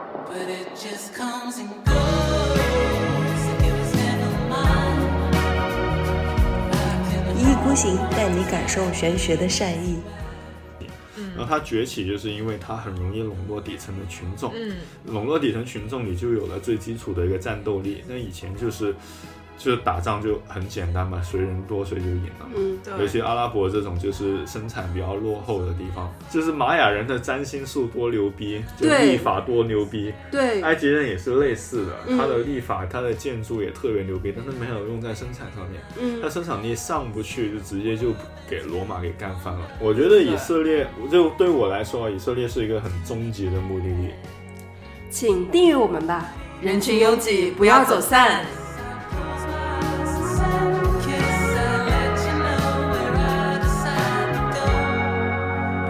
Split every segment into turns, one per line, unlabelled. but it just comes and goes. It was never mine. I can
一意孤行带你感受玄学的善意。
然后它崛起就是因为它很容易笼络底层的群众，
嗯，
笼络底层群众，你就有了最基础的一个战斗力。那以前就是就是打仗就很简单嘛，谁人多谁就赢了嘛。
嗯，
对，
尤其阿拉伯这种就是生产比较落后的地方，就是玛雅人的占星术多牛逼，就
对
历法多牛逼，
对，
呃
埃及人也是类似的，
嗯
他的历法、他的建筑也特别牛逼，但是没有用在生产上面。
嗯
那生产力上不去，就直接就给罗马给干翻了。我觉得以色列，就对我来说，以色列是一个很终极的目的地。
请订阅我们吧。
人群拥挤，不要走散。
close my eyes and send a kiss. I let you know where I decide to go,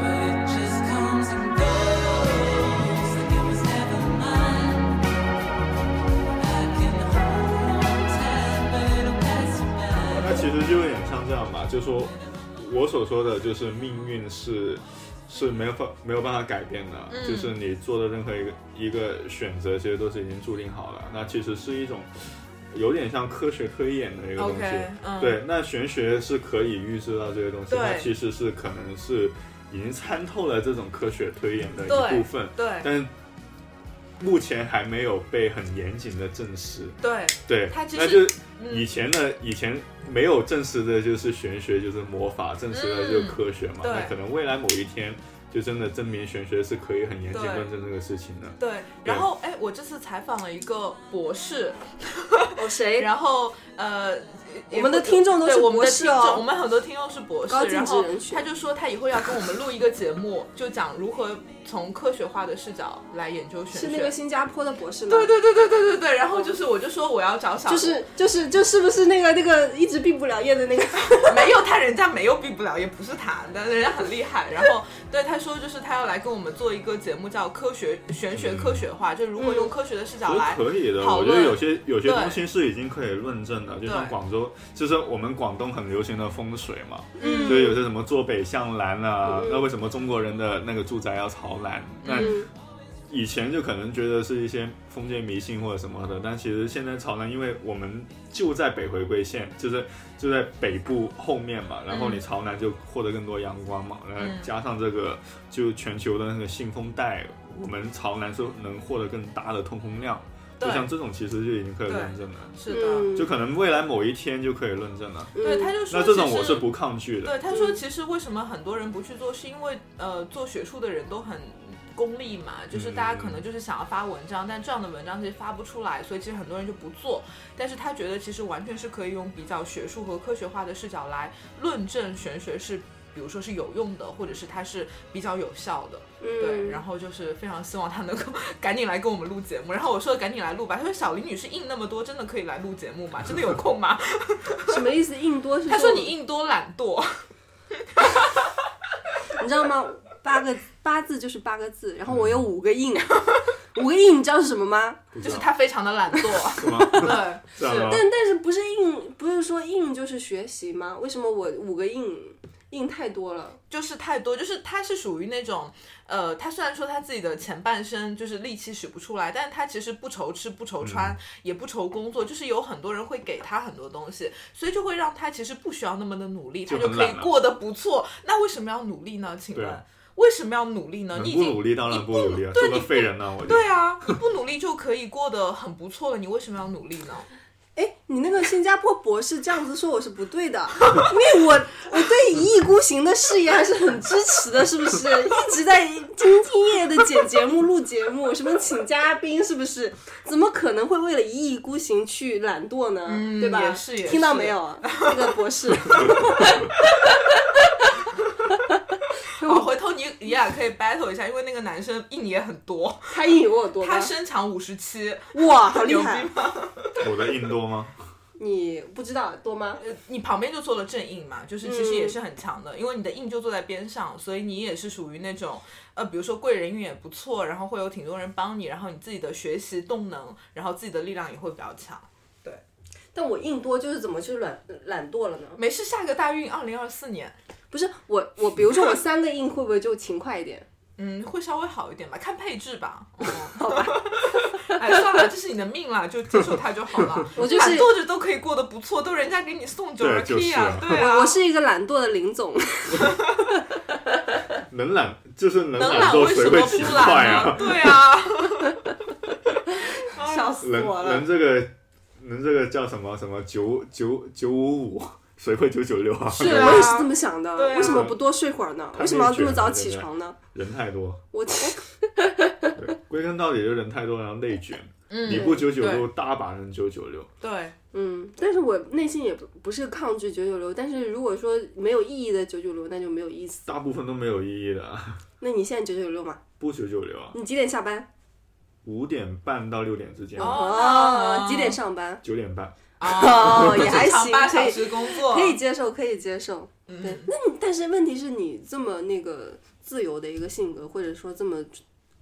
but it just comes and goes. Like it was never mine. I can hold on tight, but it'll pass you by.
它其实就有点像这样吧，就说我所说的就是命运是是没有法没有办法改变的，
嗯
就是你做的任何一个一个选择，其实都是已经注定好了。那其实是一种有点像科学推演的一个东西。
OK，嗯，
对，那玄学是可以预知到这些东西，
对
它其实是可能是已经参透了这种科学推演的一
对
部分，
对
但目前还没有被很严谨的证实。
对，
对，
它其实
那就是
嗯
以前的、以前没有证实的就是玄学，就是魔法，证实了就是科学嘛。
嗯对
那可能未来某一天就真的证明玄学是可以很严谨
对
论证这个事情的。
对，然后哎，我这次采访了一个博士，
哦，谁？
然后呃，
我们的听众都是
对我们
博
的
士
听
哦
众，我们很多听众是博士
高，净
然
值
后
人群
他就说他以后要跟我们录一个节目，就讲如何从科学化的视角来研究玄学。
是那个新加坡的博士吗？啊
对对对对对对对，然后就是我就说我要找小，
就是就是就是不是那个那个一直毕不了业的那个？
没有他，人家没有毕不了，也不是他，但人家很厉 害。然后对他说，就是他要来跟我们做一个节目，叫《科学玄学科学化》，就如何用嗯科学的视角
其实
来
可以的，
讨
我觉得
论
有些有些
对
东西是已经可以论证的，就像
对
广州，就是我们广东很流行的风水嘛，
嗯
所以有些什么坐北向南啊
嗯，
那为什么中国人的那个住宅要朝南？那
嗯
以前就可能觉得是一些封建迷信或者什么的，但其实现在朝南，因为我们就在北回归线，就是就在北部后面嘛，然后你朝南就获得更多阳光嘛，
嗯
然后加上这个就全球的那个信风带，我们朝南是能获得更大的通风量。
对
就像这种其实就已经可以
对
论证了，
是的，
嗯
就可能未来某一天就可以论证了。
对，他就说
那这种
其实
我是不抗拒的。
对，他说其实为什么很多人不去做，是因为呃，做学术的人都很功利嘛，就是大
嗯
家可能就是想要发文章，但这样的文章其实发不出来，所以其实很多人就不做。但是他觉得其实完全是可以用比较学术和科学化的视角来论证玄学是。比如说是有用的，或者是它是比较有效的，
嗯
对。然后就是非常希望他能够 赶紧来跟我们录节目。然后我说赶紧来录吧，他说小林女士印那么多，真的可以来录节目吗？真的有空吗？
什么意思？印多是？
他说你，印多懒惰，
你知道吗？八个八字就是八个字，然后我有五个印， 五个印，你知道是什么吗？
不知
就是
道
他非常的懒惰。
是吗？
对，
这样啊
但但是不是硬不是说硬就是学习吗？为什么我五个硬硬太多了？
就是太多，就是他是属于那种，呃，他虽然说他自己的前半生就是力气使不出来，但是他其实不愁吃不愁
嗯
穿，也不愁工作，就是有很多人会给他很多东西，所以就会让他其实不需要那么的努力，
就
他
很
就可以
懒了
过得不错。那为什么要努力呢？请
对
问
啊
为什么要努力呢？
能
你已
不
经
努力当然不努力啊，做个废人呢、我觉得。
对啊，你不努力就可以过得很不错了，你为什么要努力呢？
哎，你那个新加坡博士这样子说我是不对的，因为我我对一意孤行的事业还是很支持的，是不是？一直在兢兢业业的剪节目、录节目，什么请嘉宾，是不是？怎么可能会为了一意孤行去懒惰呢？
嗯
对吧？
也是也是
听到 没有，那个博士？
哦，回头你你俩可以 battle 一下，因为那个男生印也很多，
他英语我有多
他
吗？
身长五十七，
哇，好厉
牛逼
害！
吗？
我的印多吗？
你不知道多吗？
呃，你旁边就坐了正印嘛，就是其实也是很强
嗯
的，因为你的印就坐在边上，所以你也是属于那种，呃，比如说贵人运也不错，然后会有挺多人帮你，然后你自己的学习动能，然后自己的力量也会比较强。
但我硬多就是怎么去懒懒惰了呢？
没事，下个大运二零二四年，
不是我我，比如说我三个硬会不会就勤快一点？
嗯，会稍微好一点吧，看配置吧。嗯、
哦
哎
好吧，
了，这是你的命了，就接受它就好了。
我就是
懒惰着都可以过得不错，都人家给你送酒了
对就是
啊
啊，
对啊，
我是一个懒惰的林总，
能懒就是能
能
懒
懒
惰，
为
谁
什
会
么
勤
不
快
懒呢？
啊？
对啊，
笑死
人
我了
人。这个人这个叫什么什么九九九五五，谁会九九六啊？
是啊
我也是这么想的，
对啊
为什么不多睡会儿呢？
他们也
为什么要这么早起 床呢？
人太多，
我
哦
对，归根到底就人太多，然后内卷。
嗯
你不九九六，大把人九九六。
对，
嗯，但是我内心也不不是抗拒九九六，但是如果说没有意义的九九六，那就没有意思。
大部分都没有意义的，啊
那你现在九九六嘛？
不九九六啊，
你几点下班？
五点半到六点之间，啊
哦那
啊几点 上班？
九点半，
哦，也
啊正
还
常
行，
八
可
小
以
时工作
可以接受，可以接受。
嗯
对，那你但是问题是你这么那个自由的一个性格，或者说这么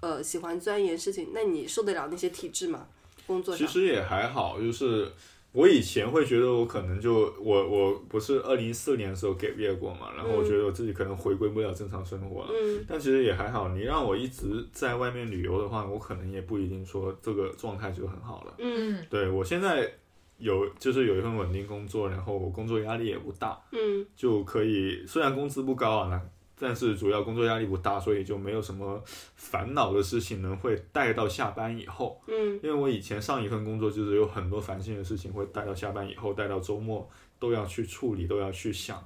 呃喜欢钻研事情，那你受得了那些体制吗？工作
其
上？
实也还好，就是。我以前会觉得我可能就我我不是二零一四年的时候给业过嘛，然后我觉得我自己可能回归不了正常生活了，
嗯
但其实也还好。你让我一直在外面旅游的话，我可能也不一定说这个状态就很好了。
嗯
对我现在有就是有一份稳定工作，然后我工作压力也不大，
嗯
就可以，虽然工资不高啊，但是主要工作压力不大，所以就没有什么烦恼的事情能会带到下班以后。
嗯
因为我以前上一份工作就是有很多烦心的事情会带到下班以后，带到周末都要去处理，都要去想。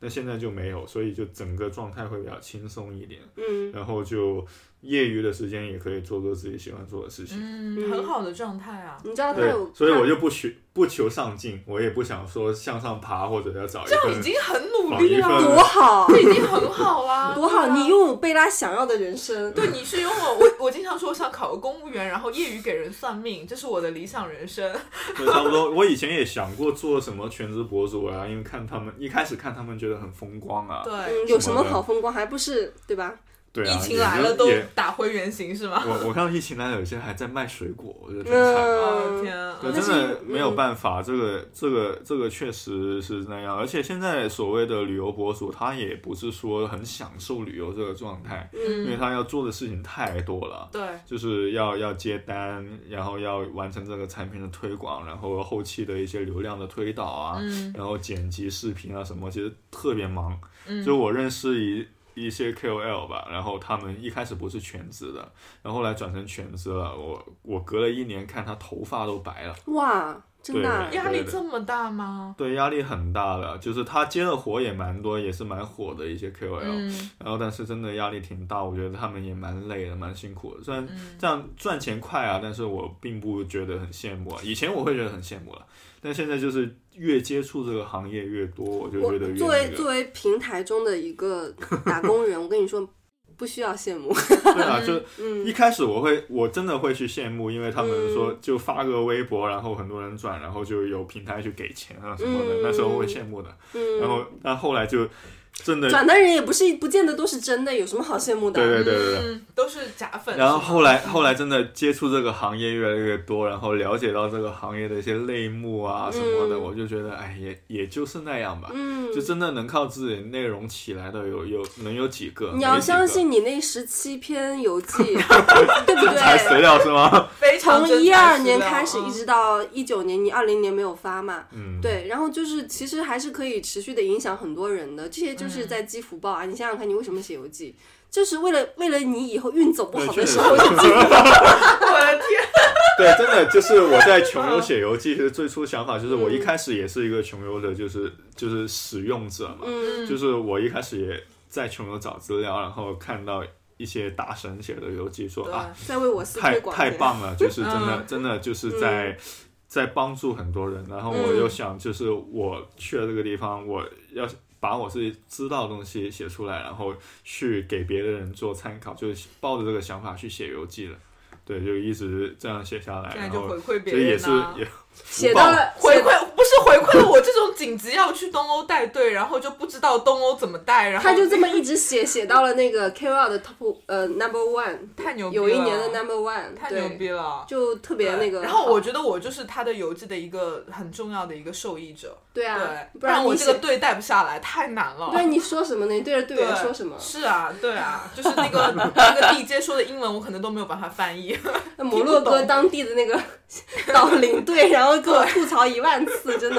那现在就没有，所以就整个状态会比较轻松一点，
嗯，
然后就业余的时间也可以做做自己喜欢做的事情。
嗯，很好的状态啊。
你知道他
对
有，，
所以我就不学不求上进，我也不想说向上爬或者要找一
这样已
份
经很努
找一
力了，
份
多好
这已经很好啦，
多好，
对啊
你拥有贝拉想要的人生。
对，你是拥有我，我经常说我想考个公务员，然后业余给人算命，这是我的理想人生。
对，差不多。我以前也想过做什么全职博主啊，因为看他们一开始看他们觉得很风光啊，
对，
嗯，有什
什
么
么的
好风光，还不是对吧？
对啊，
疫情
也
来了
就
都
也
打回原形是吗？
我我看到疫情来了，有些还在卖水果，我觉得挺惨的。
哦
嗯，
天啊
对，
但
真
是
的没有办法，这个这个这个确实是那样。而且现在所谓的旅游博主，他也不是说很享受旅游这个状态，因为
嗯，
他要做的事情太多了。
对，
就是要要接单，然后要完成这个产品的推广，然后后期的一些流量的推导啊，
嗯
然后剪辑视频啊什么，其实特别忙。
嗯
就我认识一一些 KOL 吧，然后他们一开始不是全职的，然后后来转成全职了。我我隔了一年看他头发都白了，
哇，真的啊
对
压力这么大吗？
对，压力很大的。就是他接的活也蛮多，也是蛮火的一些 KOL，、
嗯
然后但是真的压力挺大，我觉得他们也蛮累的，蛮辛苦的。虽然
嗯
这样赚钱快啊，但是我并不觉得很羡慕啊。以前我会觉得很羡慕了，但现在就是越接触这个行业越多，我就
我
觉得越
作为
那个
作为平台中的一个打工人， 我跟你说，不需要羡慕。
对啊，
嗯
就一开始我会，我真的会去羡慕，因为他们说就发个微博，然后很多人转，然后就有平台去给钱啊什么的
嗯，
那时候会羡慕的。
嗯，
然后但后来就真的，
转的人也不是不见得都是真的，有什么好羡慕的？啊
对对对对对。
嗯，都是假粉。
然后
是吗
后来后来真的接触这个行业越来越多，然后了解到这个行业的一些类目啊什么的，
嗯
我就觉得哎，也也就是那样吧。
嗯，
就真的能靠自己内容起来的有有能有几个？
你要
没几个
相信你那十七篇 游记，对不
才随
对？
料是 吗？
非常
从
真材
一二
实
年
料啊
开始，一直到一九年，你二零年没有发嘛？
嗯，
对，然后就是其实还是可以持续的影响很多人的，这些就是
嗯
在积福报啊。你想想看，你为什么写游记？就是为了为了你以后运走不
对
好
确
的
实
时 候，
嗯我的天，
对，真的就是我在穷
嗯
游写游记，其实最初想法就是我一开始也是一个穷游的，就是就是使用者嘛，
嗯
就是我一开始也在穷游找资料，然后看到一些大神写的游记说
对
啊，
在为我司
太
推广。
太！棒 了，就是真的
嗯
真的就是在。在帮助很多人，然后我
嗯
又想，就是我
嗯
去了这个地方，我要把我自己知道的东西写出来，然后去给别的人做参考，就是抱着这个想法去写游记了。对，就一直这样写下来，
现在
然
就
后
回馈别
所以也
人
是
啊
也
写
福报
到了
回馈不是回馈了我这种紧急要去东欧带队，然后就不知道东欧怎么带，然后
他就这么一直写，写到了那个 KOL 的 top 呃 number one，
哎太牛逼了，
有一年的 number one，
太牛
对，
逼了。
就特别那个好。
然后我觉得我就是他的游记的一个很重要的一个受益者，
对啊，
对，
不
不然我
你
这个
写，
队带不下来，太难了
不。然你说什么呢？你对着队
对
员说什么？
是啊，对啊，就是 那个那个地接说的英文，我可能都没有办法翻译。
那摩洛
听不
哥
懂
当地的那个导领队，然后给我吐槽一万次，真的。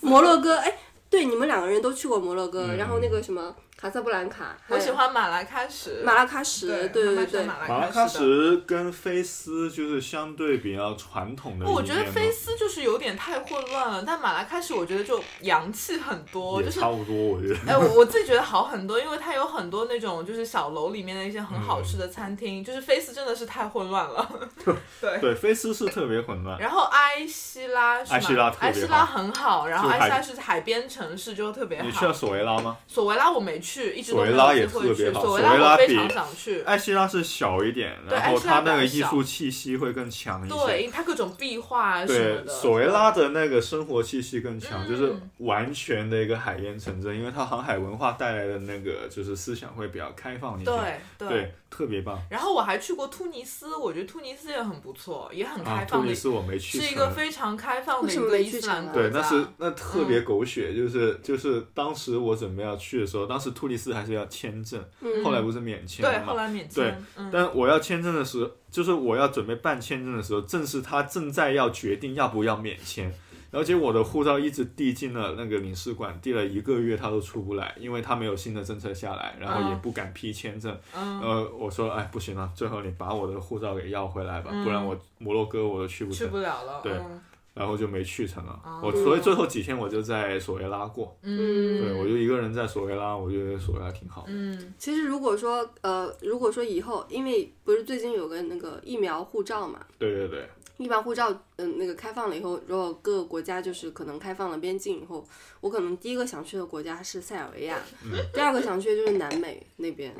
摩洛哥，哎，对，你们两个人都去过摩洛哥，
嗯
然后那个什么卡萨布兰卡，
我喜
还有
欢马来喀什，
马拉喀什，对
对
对
我蛮
对
喜欢
对，
马
马
来
拉喀
什的。
什跟菲斯就是相对比较传统的一面嘛，
我觉得菲斯就是有点太混乱了，但马来喀什我觉得就洋气很多，
也
就是
差不多，我觉得。
哎，我我自己觉得好很多，因为它有很多那种就是小楼里面的一些很好
嗯
吃的餐厅，就是菲斯真的是太混乱了。 对
对，菲斯是特别混乱。
然后埃希拉是吗？
埃希拉特别好
埃希拉很好，然后
就是
埃
海
希拉是海边城市，就特别
你去
好
了。索维拉吗？
索维拉我没去，一直都没
索维拉
有
也
机会
特别
去。
好
索维
索维
拉
拉
我非
比哎
常想去。
艾希拉是小一点，
对
然后它那个
艾希
艺
拉比
术
较
气息会更强一些。
对，它各种壁画啊什么
对，
的。
索维拉的那个生活气息更强，
嗯
就是完全的一个海边城镇，因为它航海文化带来的那个就是思想会比较开放一些，
对
对，特别棒
然后我还去过突尼斯，我觉得突尼斯也很不错，也很
啊！
开
突
放的，
尼斯我没去
是
成，
一个非常开放
为
的一
什么
个
没
伊
去
斯兰
成啊
国
对，
家。
那是那特
嗯
别狗血，就是就是当时我准备要去的时候，当时突尼斯还是要签证，后来不是免签
嗯对，
了
后
嘛。
来免
对
签。嗯。
但我要签证的时候，就是我要准备办签证的时候，正是他正在要决定要不要免签，然后结果我的护照一直递进了那个领事馆，递了一个月他都出不来，因为他没有新的政策下来，然后也
嗯
不敢批签证。
嗯
呃，我说哎不行了，最后你把我的护照给要回来吧，不然我摩洛哥我都去不
嗯去
成。
不了了。
对
嗯
然后就没去成了。
哦
我所以最后几天我就在索维拉过，
嗯
对我就一个人在索维拉，我觉得索维拉挺好的。
嗯
其实如果说呃，如果说以后，因为不是最近有个那个疫苗护照嘛，
对对对，
疫苗护照嗯、那个开放了以后，如果各个国家就是可能开放了边境以后，我可能第一个想去的国家是塞尔维亚，
嗯
第二个想去的就是南美那边，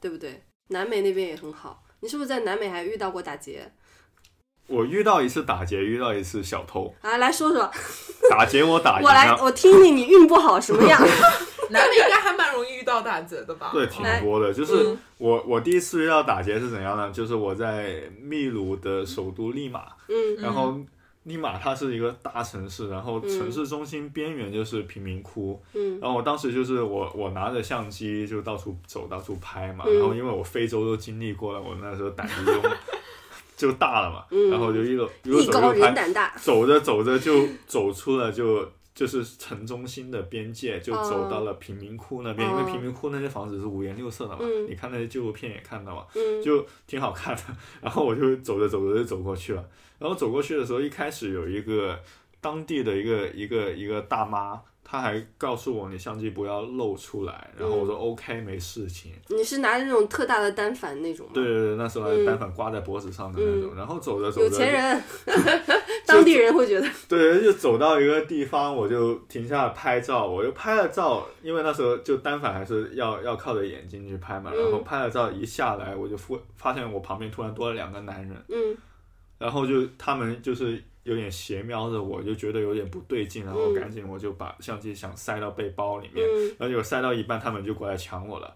对不对？南美那边也很好。你是不是在南美还遇到过打劫
我遇到一次打劫，遇到一次小偷，
啊？来说说，
打劫我打赢啊
我来，
了，
我听听你运不好什么样？
南美应该还蛮容易遇到打劫的吧？
对， 挺多的。就是
嗯
我我第一次遇到打劫是怎样呢？就是我在秘鲁的首都利马，
嗯
然后利马它是一个大城市，然后城市中心边缘就是贫民窟。
嗯
然后我当时就是我我拿着相机就到处走，到处拍嘛。
嗯
然后因为我非洲都经历过了，我那时候胆子就 就大了嘛。然后就一路一路
嗯艺
走
高
一路
人
拍，
胆大，
走着走着就走出了就。就是城中心的边界，就走到了贫民窟那边，因为
哦
贫民窟那些房子是五颜六色的嘛，
嗯
你看那些纪录片也看到嘛，
嗯
就挺好看的。然后我就走着走着就走过去了。然后走过去的时候，一开始有一个当地的一个一个一个大妈，她还告诉我你相机不要露出来。然后我说 OK，没事情。
你是拿着那种特大的单反那种吗？
对对对，那时候还单反挂在脖子上的那种。然后走着走着，
嗯有钱人，当地人会觉得，
对，就走到一个地方，我就停下来拍照，我就拍了照，因为那时候就单反还是要要靠着眼睛去拍嘛，然后拍了照一下来，我就发发现我旁边突然多了两个男人，
嗯
然后就他们就是有点斜瞄着我，就觉得有点不对劲，然后赶紧我就把相机想塞到背包里面，
嗯，
然后就塞到一半，他们就过来抢我了，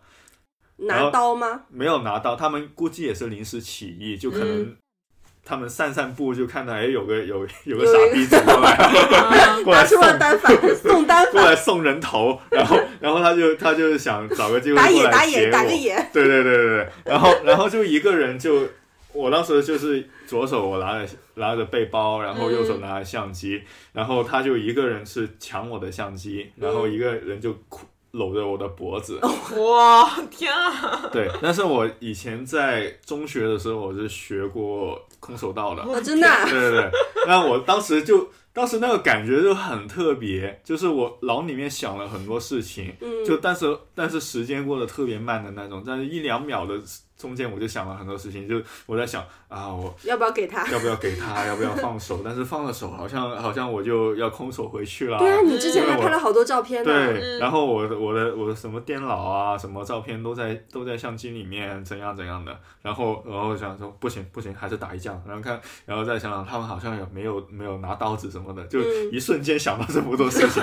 拿刀吗？
没有拿到，他们估计也是临时起意，就可能他们散散步就看到哎有个有有个
有一
傻
个哦
逼走过来，过
拿
来
出
送
了单反，送单
过
反，
来送人头，然后然后他就他就想找个机会
打
过
野打
来劫
野打
我
个，野，
对对对对对，然后然后就一个人就，我当时就是左手我拿着拿着背包，然后右手拿着相机，
嗯
然后他就一个人是抢我的相机，然后一个人就哭搂着我的脖子，
哦
哇，天啊！
对，但是我以前在中学的时候我是学过空手道的，
我真的啊，
对对对，那我当时就，当时那个感觉就很特别，就是我脑里面想了很多事情，
嗯
就但是但是时间过得特别慢的那种，但是一两秒的中间我就想了很多事情，就我在想啊，我
要不要给他？
要不要给他，要不要放手，但是放了手好像 好像我就要空手回去了。
对啊，你之前还
嗯
拍了好多照片啊呢。
对，然后我的我的我的什么电脑啊，什么照片都在都在相机里面，怎样怎样的。然后然后想说不行不行，还是打一架。然后看，然后再想想他们好像有没有没有拿刀子什么的，就
嗯
一瞬间想到这么多事情，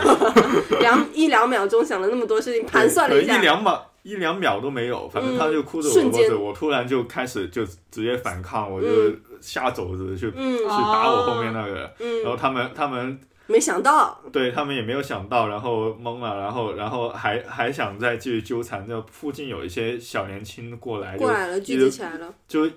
两一两秒钟想了那么多事情，盘算
可
了
能
下嗯
一，两秒。一两秒都没有，反正他就哭着我
瞬
的脖子，
间
我突然就开始就直接反抗，我就
嗯
下肘子去、
嗯
去打我后面那个人，然后
嗯，
他们他们
没想到，
对他们也没有想到，然后懵了，然后然后还还想再继续纠缠，就附近有一些小年轻过来，
过来了，
就
聚集起来了，
就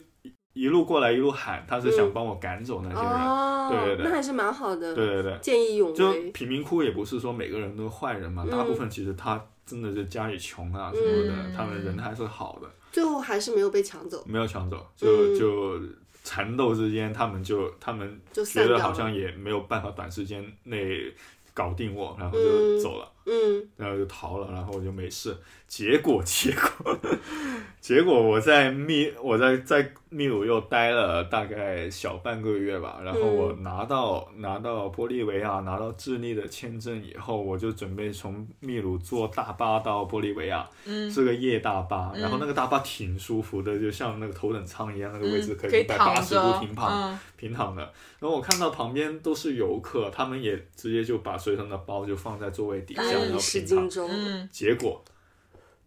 一路过来一路喊，他是想帮我赶走那些人。
嗯哦，
对对对
那还是蛮好的，
对对对，
见义勇
就
为，
贫民窟也不是说每个人都是坏人
嗯
嘛，大部分其实他真的是家里穷啊什么的，
嗯
他们人还是好的，
最后还是没有被抢走，
没有抢走，就、
嗯
就缠斗之间，他们就他们
就
觉
散
得
掉
好
了。
像也没有办法短时间内搞定我，然后就走了。
嗯，
然后就逃了，然后我就没事。结果，结果， 结果我在秘我在在秘鲁又待了大概小半个月吧。然后
嗯
我拿到、拿到玻利维亚拿到智利的签证以后，我就准备从秘鲁坐大巴到玻利维亚，
嗯
是个夜大巴。然后
嗯
那个大巴挺舒服的，就像那个头等舱一样，那个位置
嗯
可
可
以
以
一百八
躺
十度
着，
平躺。
嗯
平躺的。然后我看到旁边都是游客，他们也直接就把随身的包就放在座位底下，
大
然
意
后
失
平
荆
躺。
州，
嗯，
结果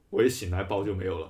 我一醒来，包就没有了，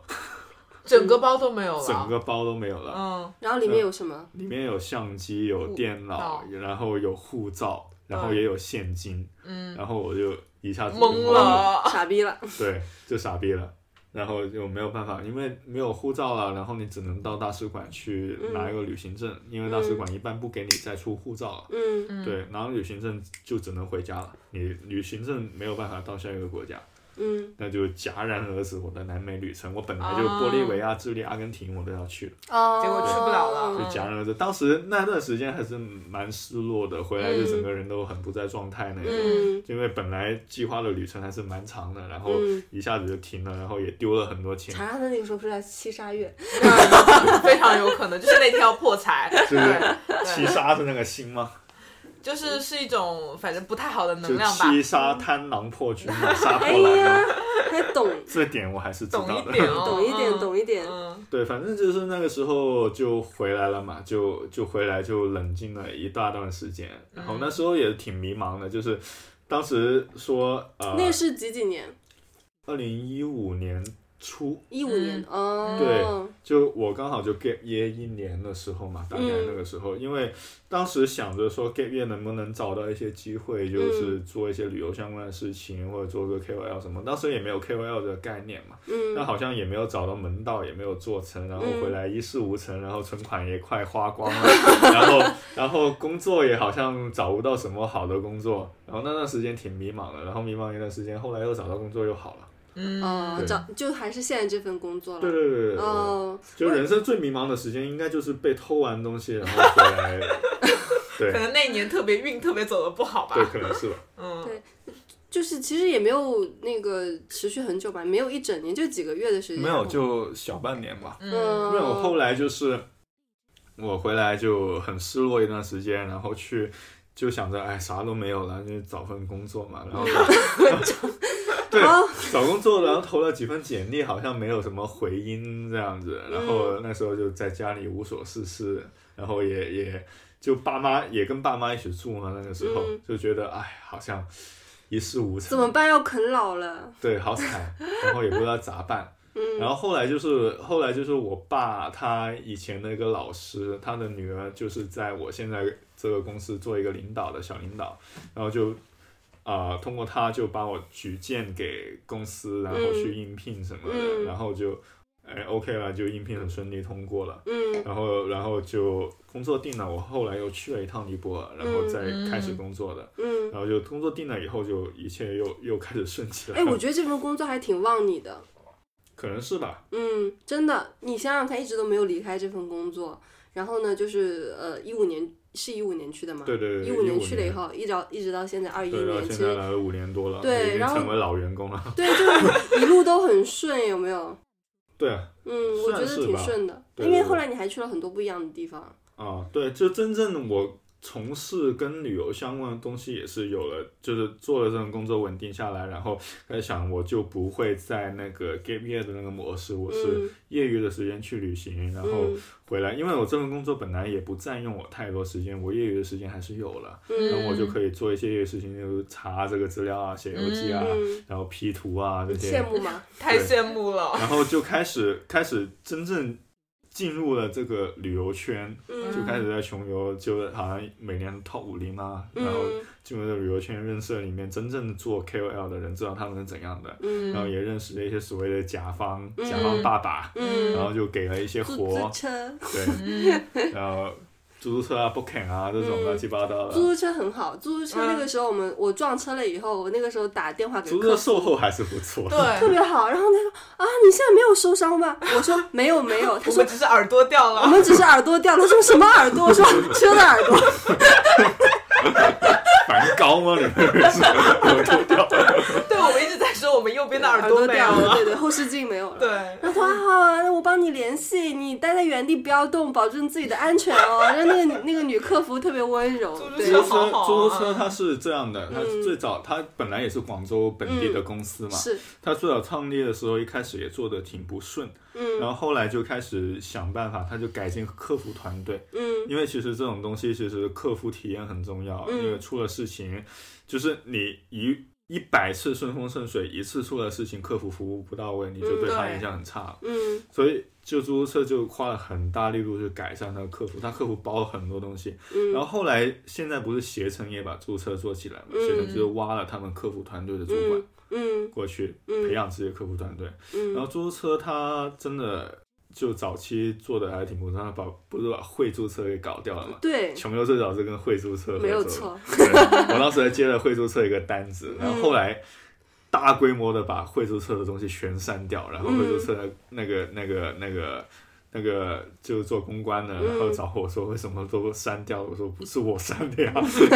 整个包都没有了，
整个包都没有了。
嗯
然后里面有什么？
里面有相机，有电脑，然后有护照，然后也有现金，
嗯
然后我就一下子就
懵
嗯
了，
傻逼 了，
对，就傻逼了。然后就没有办法，因为没有护照了，然后你只能到大使馆去
嗯
拿一个旅行证，因为大使馆一般不给你再出护照了。
嗯，
嗯
对，拿了旅行证就只能回家了，你旅行证没有办法到下一个国家，
嗯，
那就戛然而止我的南美旅程。我本来就
哦
玻利维亚、智利、阿根廷我都要去了，
哦，
结果去不了
就
了
戛然而止。当时那段时间还是蛮失落的，回来就
嗯
整个人都很不在状态那种。
嗯，
因为本来计划的旅程还是蛮长的，然后
嗯
一下子就停了，然后也丢了很多钱，
查查的那个时候不是在七杀月，
嗯非常有可能就是那天要破财，
就是
对
七杀是那个星吗？
就是是一种反正不太好的能
就
量吧，嗯
七杀贪狼破军 嘛，杀破
哎
狼
呀
嘛，，
还懂，
这点我还是知道
懂
的。
一点哦，
懂一点，
嗯
懂一点，
嗯
对，反正就是那个时候就回来了嘛，就就回来就冷静了一大段时间，然后那时候也挺迷茫的，就是当时说呃，
那是几几年？
二零一五年初，
一
嗯
五年，哦，
就我刚好就 gap year 一年的时候嘛，大概那个时候，因为当时想着说 gap year 能不能找到一些机会，就是做一些旅游相关的事情，或者做个 KOL 什么，当时也没有 KOL 的概念嘛，但
嗯，
好像也没有找到门道，也没有做成，然后回来一事无成，然后存款也快花光 了，然后然后工作也好像找不到什么好的工作，然后那段时间挺迷茫的，然后迷茫一段时间，后来又找到工作又好了。
哦
嗯，，
对
找就还是现在这份工作
对
了，
对对对对，
哦，
就人生最迷茫的时间，应该就是被偷完东西然后回 来，对
可能那一年特别运特别走的不好吧
对，，可能是吧。
嗯
对就是其实也没有那个持续很久吧，没有一整年，就几个月的时间，
没有，就小半年吧。
嗯
嗯，
因为我后来就是我回来就很失落一段时间，然后去就想着哎啥都没有了，就找份工作嘛，然后 对
哦
找工作，然后投了几份简历，好像没有什么回音这样子，然
嗯
后那时候就在家里无所事事，然后也也就爸妈也跟爸妈一起住嘛，那个时候、
嗯
就觉得哎好像一事无成，
怎么办？要啃老了，
对，好惨，然后也不知道咋办。
嗯
然后后来就是后来就是我爸他以前的一个老师，他的女儿就是在我现在这个公司做一个领导的小领导，然后就啊、呃通过他就把我举荐给公司，然后去应聘什么的，
嗯
然后就哎 OK 了，就应聘很顺利通过了。
嗯
然后，然后就工作定了。我后来又去了一趟尼泊尔，然后再开始工作的。
嗯，
然后就工作定了以后，就一切又又开始顺起来
哎，
了。
我觉得这份工作还挺旺你的，
可能是吧，
嗯，真的，你想想看，一直都没有离开这份工作，然后呢，就是呃，一五年是一五年去的嘛，
对对对
啊一五
15
年去了以
年
后，一直到一直到现在二一
对，到
年，其
现在
实
来了五年多了，
对
已经
然后
成为老员工了。
对，就是一路都很顺，有没有？
对啊，
嗯，我
算
觉得
是
挺
吧
顺的，
对
因为
对对
后来你还去了很多不一样的地方，
啊，对，就真正我从事跟旅游相关的东西也是有了，就是做了这种工作稳定下来，然后在想我就不会在那个 gap year 的那个模式，我是
嗯
业余的时间去旅行，然后
嗯
回来，因为我这份工作本来也不占用我太多时间，我业余的时间还是有了，
嗯
然后我就可以做一些业余事情，就是查这个资料啊，写游记啊，
嗯
然后 P 图啊这些，
羡慕吗？
太羡慕了，
然后就开始开始真正进入了这个旅游圈，
嗯
就开始在穷游，就好像每年 top 五零啊，然后
嗯
进入了旅游圈，认识了里面真正做 KOL 的人，知道他们是怎样的，然后
嗯
也认识了一些所谓的甲方、
嗯
甲方爸爸，
嗯，
然后就给了一些
出
活
租，车，嗯
对，然后出租车啊、booking 啊这种乱七八糟的。
出租车很好，出租车那个时候我们我撞车了以后，我那个时候打电话给
出租
客
车
服。
售后还是不错，
对，，
特别好，然后他说啊，你现在没有受伤吧？我说没有没有，他
我
说
们只是耳朵掉
我
了。
们只是耳朵掉了，他说什么耳朵？我说车的耳朵。
反正高吗？你们
对，我们一直在说我们右边的耳
耳朵
没
掉
有
了，
了。
对对，后视镜没有了。
对，
然后
嗯
他说啊，那我帮你联系，你待在原地不要动，保证自己的安全哦。 然后那个女那个女客服特别温柔，
猪猪
对
出租车
小好好啊
出租车它是这样的，它
嗯
最早它本来也是广州本地的公司嘛，
是，
它最早创立的时候一开始也做的挺不顺，
嗯
然后后来就开始想办法，它就改进客服团队，
嗯
因为其实这种东西其实客服体验很重要，啊
嗯
因为出了事情，就是你一一百次顺风顺水，一次出了事情，客服服务不到位，你就对他
对
影响很差了。
嗯
所以就出租车就花了很大力度去改善它的客服，它客服包了很多东西。然
嗯
后后来现在不是携程也把注册做起来嘛？携程就是挖了他们客服团队的主管、
嗯
过去
嗯
培养自己的客服团队。然
嗯，
后出租车它真的就早期做的还挺不错，它把不是把惠租车给搞掉了嘛？
对，
穷游最早是跟惠租车合作的
没有错，
对我当时还接了惠租车一个单子，然后后来大规模的把惠租车的东西全删掉，然后惠租车的那个、那个那个那个就是做公关的，然后找我说为什么都删掉了，我说不是我删的呀。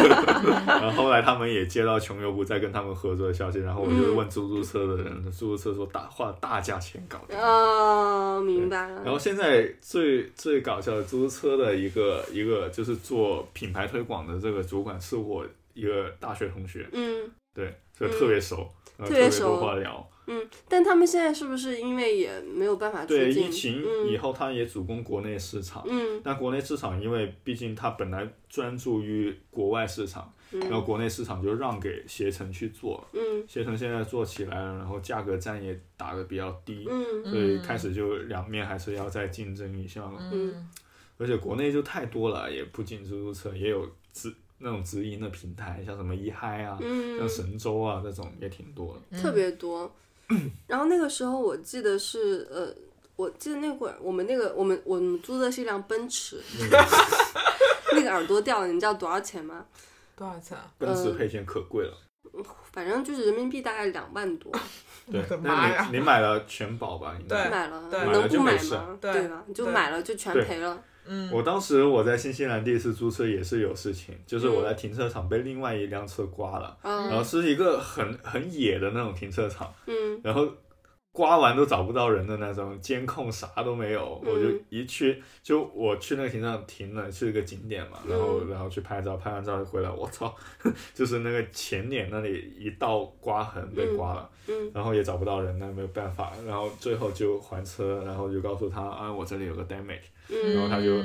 然后后来他们也接到穷游部在跟他们合作的消息，然后我就问出租车的人，出租车说大花大价钱搞的。
啊，明白
然后
了，
现在最最搞笑的出租车的一个一个就是做品牌推广的这个主管是我一个大学同学，
嗯
对，所以特别熟，然后
特
特
别
别
熟
多话聊。
嗯，但他们现在是不是因为也没有办法出
对
境？
疫情以后，他也主攻国内市场。
嗯
那国内市场，因为毕竟他本来专注于国外市场，然后国内市场就让给携程去做。
嗯
携程现在做起来了，然后价格战也打得比较低，
嗯
所以开始就两面还是要再竞争一下了。
嗯
而且国内就太多了，也不仅出租车，也有直那种直营的平台，像什么一嗨啊，像
嗯，
神州啊这种也挺多的。
特别多。然后那个时候我记得是呃，我记得那会儿我们那个我们我们租的是一辆奔驰，
嗯
那个耳朵掉了，你知道多少钱吗？
多少钱啊？
奔驰
嗯
配件可贵了，
反正就是人民币大概两万多，
对
我的，
那
妈呀
你你买了全保吧？应该
对
买了
对
能
买
不买
了就没事
吗？
对
吧？就
对
买了就全
对
赔了。
嗯，
我当时我在新西兰第一次租车也是有事情，就是我在停车场被另外一辆车刮了，然
嗯
后是一个很很野的那种停车场，
嗯
然后刮完都找不到人的那种，监控啥都没有，
嗯
我就一去就我去那个停车场停了，是一个景点嘛，然后
嗯
然后去拍照，拍完照就回来，我操， 就是那个前脸那里一道刮痕被刮了，
嗯
然后也找不到人，那没有办法，然后最后就还车，然后就告诉他啊，我这里有个 damage，
嗯
然后他就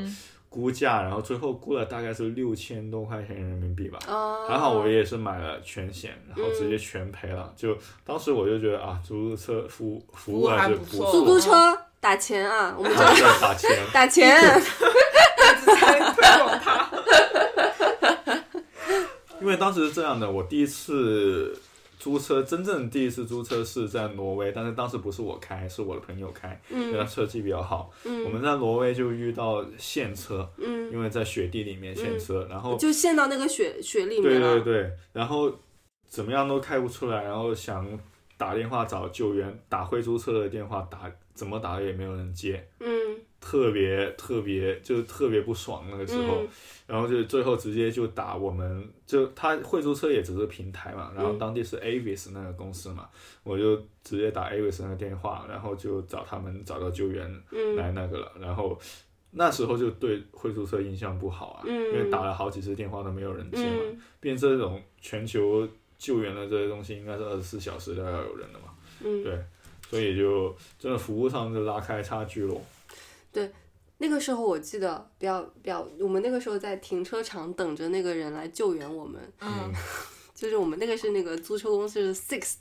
估价，然后最后估了大概是六千多块钱人民币吧。
啊，
还好我也是买了全险，然后直接全赔了。就当时我就觉得啊，出租车服服务还是
服务还不错
出
错，
租车打钱啊，我们
还是要打钱。
打钱。
因为当时是这样的，我第一次租车，真正第一次租车是在挪威，但是当时不是我开，是我的朋友开，因为他
嗯
车技比较好。我
嗯
们在挪威就遇到陷车，
嗯，
因为在雪地里面陷车，然后
就陷到那个雪雪里
对
面
对
了。
对，然后怎么样都开不出来，然后想打电话找救援，打惠租车的电话打怎么打也没有人接，
嗯
特别特别就是特别不爽那个时候，
嗯
然后就最后直接就打我们，就他惠租车也只是平台嘛，然后
嗯
当地是 Avis 那个公司嘛，我就直接打 Avis 那个电话，然后就找他们找到救援来
嗯
那个了，然后那时候就对惠租车印象不好啊，
嗯
因为打了好几次电话都没有人接嘛，
嗯
毕竟这种全球救援的这些东西应该是二十四小时都要有人的嘛，
嗯。
对，所以就真的服务上就拉开差距咯。
那个时候我记得比较比较，我们那个时候在停车场等着那个人来救援我们，
嗯，
就是我们那个是那个租车公司是 Sixth，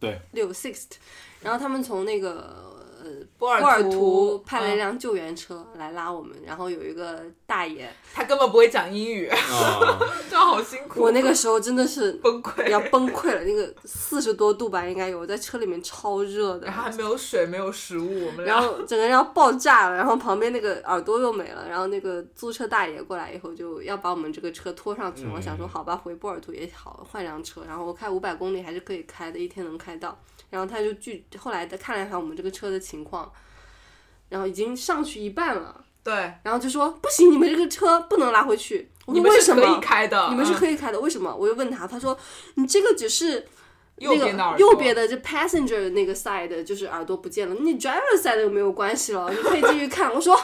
对，
六 Sixth，然后他们从那个呃
波尔
波尔图
图
派了一
嗯
辆救援车来拉我们，然后有一个大爷，
他根本不会讲英语，
啊，
这样好辛苦。
我那个时候真的是
崩溃，
要崩溃了，那个四十多度吧，应该有，我在车里面超热的
然，后还没有水，没有食物，我们
然
俩
后整个人要爆炸了，然后旁边那个耳朵又没了，然后那个租车大爷过来以后就要把我们这个车拖上去，我想说
嗯
好吧，回波尔图也好，换辆车，然后我开五百公里还是可以开的，一天能开到，然后他就拒，后来他看了一下我们这个车的情况，然后已经上去一半了，
对，
然后就说不行，你们这个车不能拉回去，我
你
说
们
为
是
什
可以
么？
开的，
你们是
嗯
可以开的，为什么？我就问他，他说你这个只是
右边的
那
耳
个
朵
右边的这 passenger 的那个 side 就是耳朵不见了，你 driver side 又没有关系了，你可以继续看。我说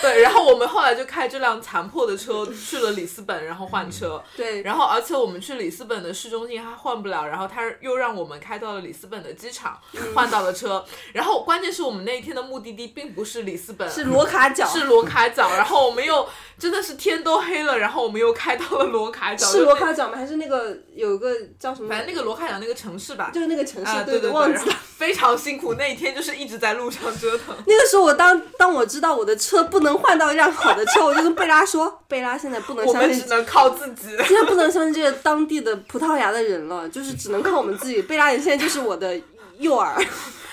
对，然后我们后来就开这辆残破的车去了里斯本，然后换车。
对，
然后，而且我们去里斯本的市中心还换不了，然后他又让我们开到了里斯本的机场，
嗯
换到了车。然后，关键是我们那一天的目的地并不是里斯本，
是罗卡角，
是罗卡角。然后我们又真的是天都黑了，然后我们又开到了罗卡角，
是
就
罗
那
卡角吗？还是那个有一个叫什么？
反正那个罗卡角那个城市吧，
就是那个城市，
啊，
对
对对，
忘
然
记
后
了。
非常辛苦。那一天就是一直在路上折腾。
那个时候，我当当我知道我的车不能换到一辆好的车，我就跟贝拉说：“贝拉，现在不能
我
相
们只
信，
能靠自己。
现在不能相信这个当地的葡萄牙的人了，就是只能靠我们自己。贝拉，你现在就是我的诱饵，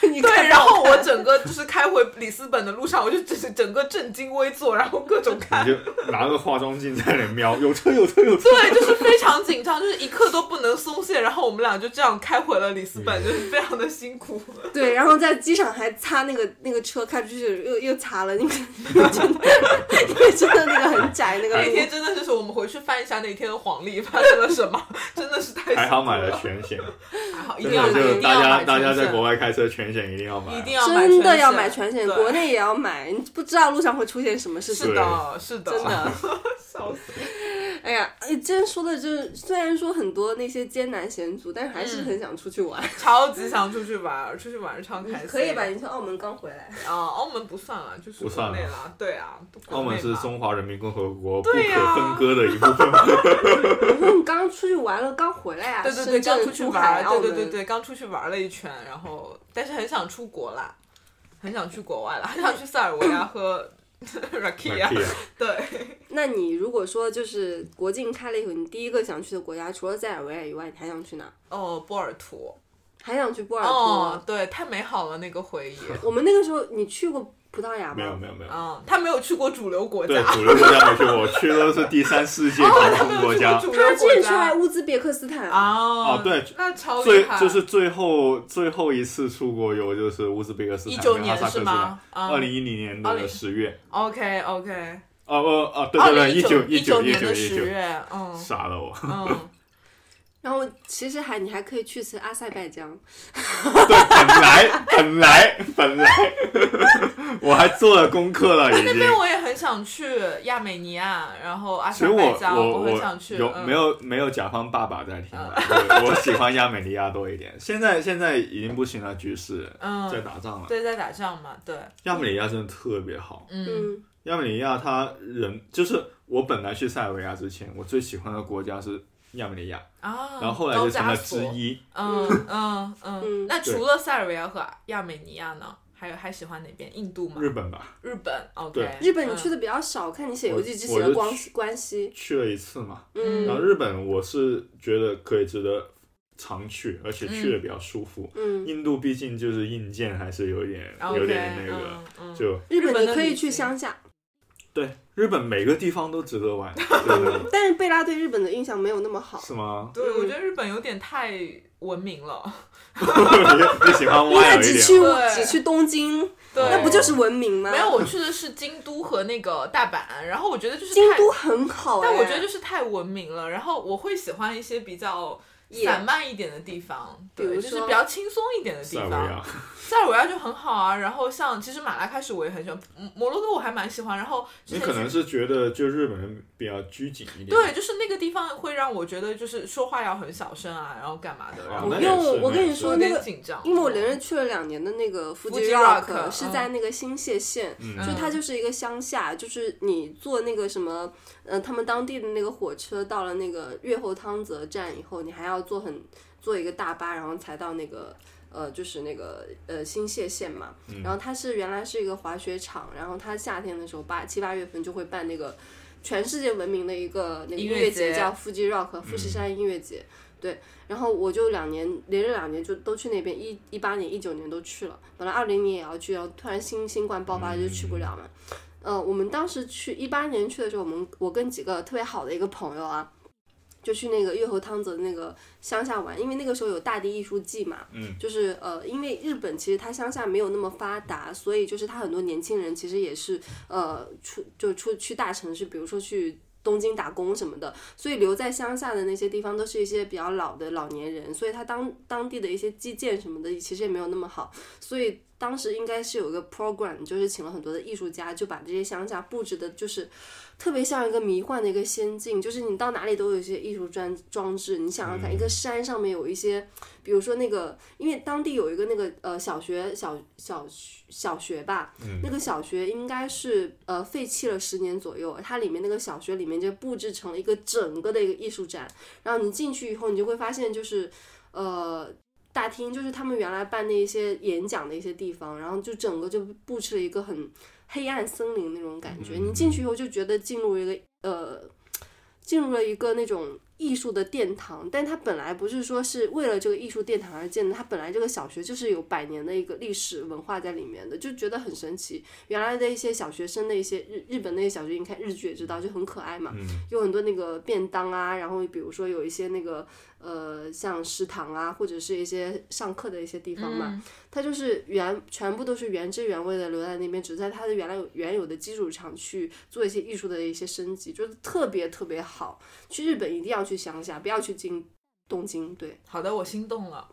你看
对，
着
然后
看
我整个就是开回里斯本的路上，我 就只是整个正襟危坐，然后各种看
你，就拿个化妆镜在那里瞄，有车有车有车，
对，就是非常紧张，就是一刻都不能松懈。然后我们俩就这样开回了里斯本，就是非常的 辛苦。
对，然后在机场还擦那个那个车开出去又又擦 了，那个真的因为真的那个很窄那个
那天
路，
真的就是我们回去翻一下那天的黄历发生了什么， 真的是太辛苦
还好买了全险，
还好一
真
定要
的
买，
就
一
是
定要
大家
买
大家在国
外
外开车全险一定要买
一定
啊，
要买
真的要买
全
全
险，
险，
对
国内也要买，你不知道路上会出现什么事情
是。的，是的，
真的，
笑死。
哎呀，哎，真说的就是，虽然说很多那些艰难险阻，但是还是
嗯
很想出去玩。
超级想出去玩儿，出去玩儿超开心。
可以吧？你从澳门刚 回来，
啊，澳门不算了，就是
不算
国内
了
啦。对啊，都国
澳门
内
是
吧
中华人民共和国不可
对啊呀
分割的一部分。
我说你嗯刚出去玩了，刚回来啊？
对对对，
深
刚
圳
出去
珠
玩
海
儿，
澳
对
门
对对对，刚出去玩儿了一圈，然后但是很想出国啦，很想去国外啦， 很想去塞尔维亚和 Rakia，对，
那你如果说就是国境开了以后，你第一个想去的国家，除了塞尔维亚以外，你还想去哪？
哦，波尔图，
还想去波尔图
哦
吗？，
对，太美好了那个回忆，
我们那个时候你去过葡萄牙吗？
没有没有没有，
嗯，他没有去过主流国
对
家，
主流国家没去，我去的是第三世界
他
贫穷
没有
国
去
家
过。主
他
流
之前
国
去还
家。
乌兹别克斯坦，
啊
啊对
那超厉
最
害，
就是最后最后一次出国游就是乌兹别克斯坦
19
跟哈萨克斯
年是吗
坦，
嗯
二零一零年
20
的十月，
OK OK，
哦哦哦，对
二
对对，
零
一九
一
九一
年
九
的
一
十
九，
月，嗯
傻了我，
嗯，
然后其实还你还可以去一次阿塞拜疆，
对，本来本来本来， 我还做了功课了已
那
经
边。我也很想去亚美尼亚，然后阿
其
塞
实
拜
我
疆，
我
很想去，
有
嗯
没有没有甲方爸爸在听啊？我我喜欢亚美尼亚多一点。现在现在已经不行了，局势
嗯
在打仗了。
对，在打仗嘛，对，
亚美尼亚真的特别好，
嗯，
嗯，
亚美尼亚它人就是我本来去塞尔维亚之前，我最喜欢的国家是亚美尼亚，
啊，
然后后来就成了
高加索
之，一。
嗯嗯嗯
嗯。
那除了塞尔维亚和亚美尼亚呢？还有还喜欢哪边？印度吗？
日本吧，
日本，OK 嗯
对。
日本你去的比较少，看你写游记之
我
前
我
的
就
关
去
关系，
去了一次嘛，
嗯
然后日本我是觉得可以值得常去，而且去的比较舒服。
嗯，
印度毕竟就是硬件还是有一点
嗯，OK，
有点那个，
嗯，嗯
就
日
日本
本
你
的
可以
旅
去
行？
乡下，
对日本每个地方都值得玩，真的
但是贝拉对日本的印象没有那么好，
是吗
对，我觉得日本有点太文明了，
你你喜欢
因为
歪
他
了一
只
点啊
去
吗，
对
只去东京，
对，
那不就是文明吗？
没有，我去的是京都和那个大阪，然后我觉得就是
京
太
都很好哎，
但我觉得就是太文明了，然后我会喜欢一些比较
野
散漫一点的地方，
比
对，就
如
是
说
比较轻松一点的地
塞尔维
方
亚。，
塞尔维亚就很好啊，然后像其实马拉喀什我也很喜欢，摩摩洛哥我还蛮喜欢，然后之
你
前
可能
去
是觉得就日本人比较拘谨一点，
对，就是那个地方会让我觉得就是说话要很小声啊，然后干嘛的，然后
不
那也
用
是
我
那
跟
也
你
是
说
有
那
点
个
紧张，
因为我连着去了两年的那个 Fuji
Fuji
Rock，,
Rock，
是
嗯
在那个新泻县，
嗯
就它就是一个乡下，就是你坐那个什么，呃，他们当地的那个火车到了那个越后汤泽站以后，你还要坐很坐一个大巴，然后才到那个。呃，就是那个呃新泻县嘛，
嗯
然后它是原来是一个滑雪场，然后它夏天的时候八七八月份就会办那个全世界闻名的一个那个
音
音
乐
乐节，
节
叫富士 Rock 富士山音乐节。对，然后我就两年连着两年就都去那边，一一八年、一九年都去了，本来二零年也要去，然后突然新新冠爆发就去不了嘛。呃，我们当时去一八年去的时候，我们我跟几个特别好的一个朋友啊，就去那个月侯汤泽那个乡下玩，因为那个时候有大地艺术季嘛，
嗯，
就是呃，因为日本其实它乡下没有那么发达，所以就是它很多年轻人其实也是呃出就出去大城市，比如说去。东京打工什么的，所以留在乡下的那些地方都是一些比较老的老年人，所以他当当地的一些基建什么的其实也没有那么好，所以当时应该是有一个 program，就是请了很多的艺术家，就把这些乡下布置的，就是特别像一个迷幻的一个仙境，就是你到哪里都有一些艺术装装置。你想想看，一个山上面有一些，比如说那个，因为当地有一个那个呃小学小小小学吧，
嗯
那个小学应该是呃废弃了十年左右，它里面那个小学里面就布置成了一个整个的一个艺术展。然后你进去以后，你就会发现就是呃大厅就是他们原来办的一些演讲的一些地方，然后就整个就布置了一个很黑暗森林那种感觉。你进去以后就觉得进入一个呃，进入了一个那种艺术的殿堂，但它本来不是说是为了这个艺术殿堂而建的，它本来这个小学就是有百年的一个历史文化在里面的，就觉得很神奇。原来的一些小学生的一些日日本那些小学，你看日剧也知道，就很可爱嘛，
嗯
有很多那个便当啊，然后比如说有一些那个呃像食堂啊，或者是一些上课的一些地方嘛，
嗯
它就是原全部都是原汁原味的留在那边，只在它的原来有原有的基础上去做一些艺术的一些升级，就是特别特别好。去日本一定要去乡下，不要去京东京，对，
好的，我心动了，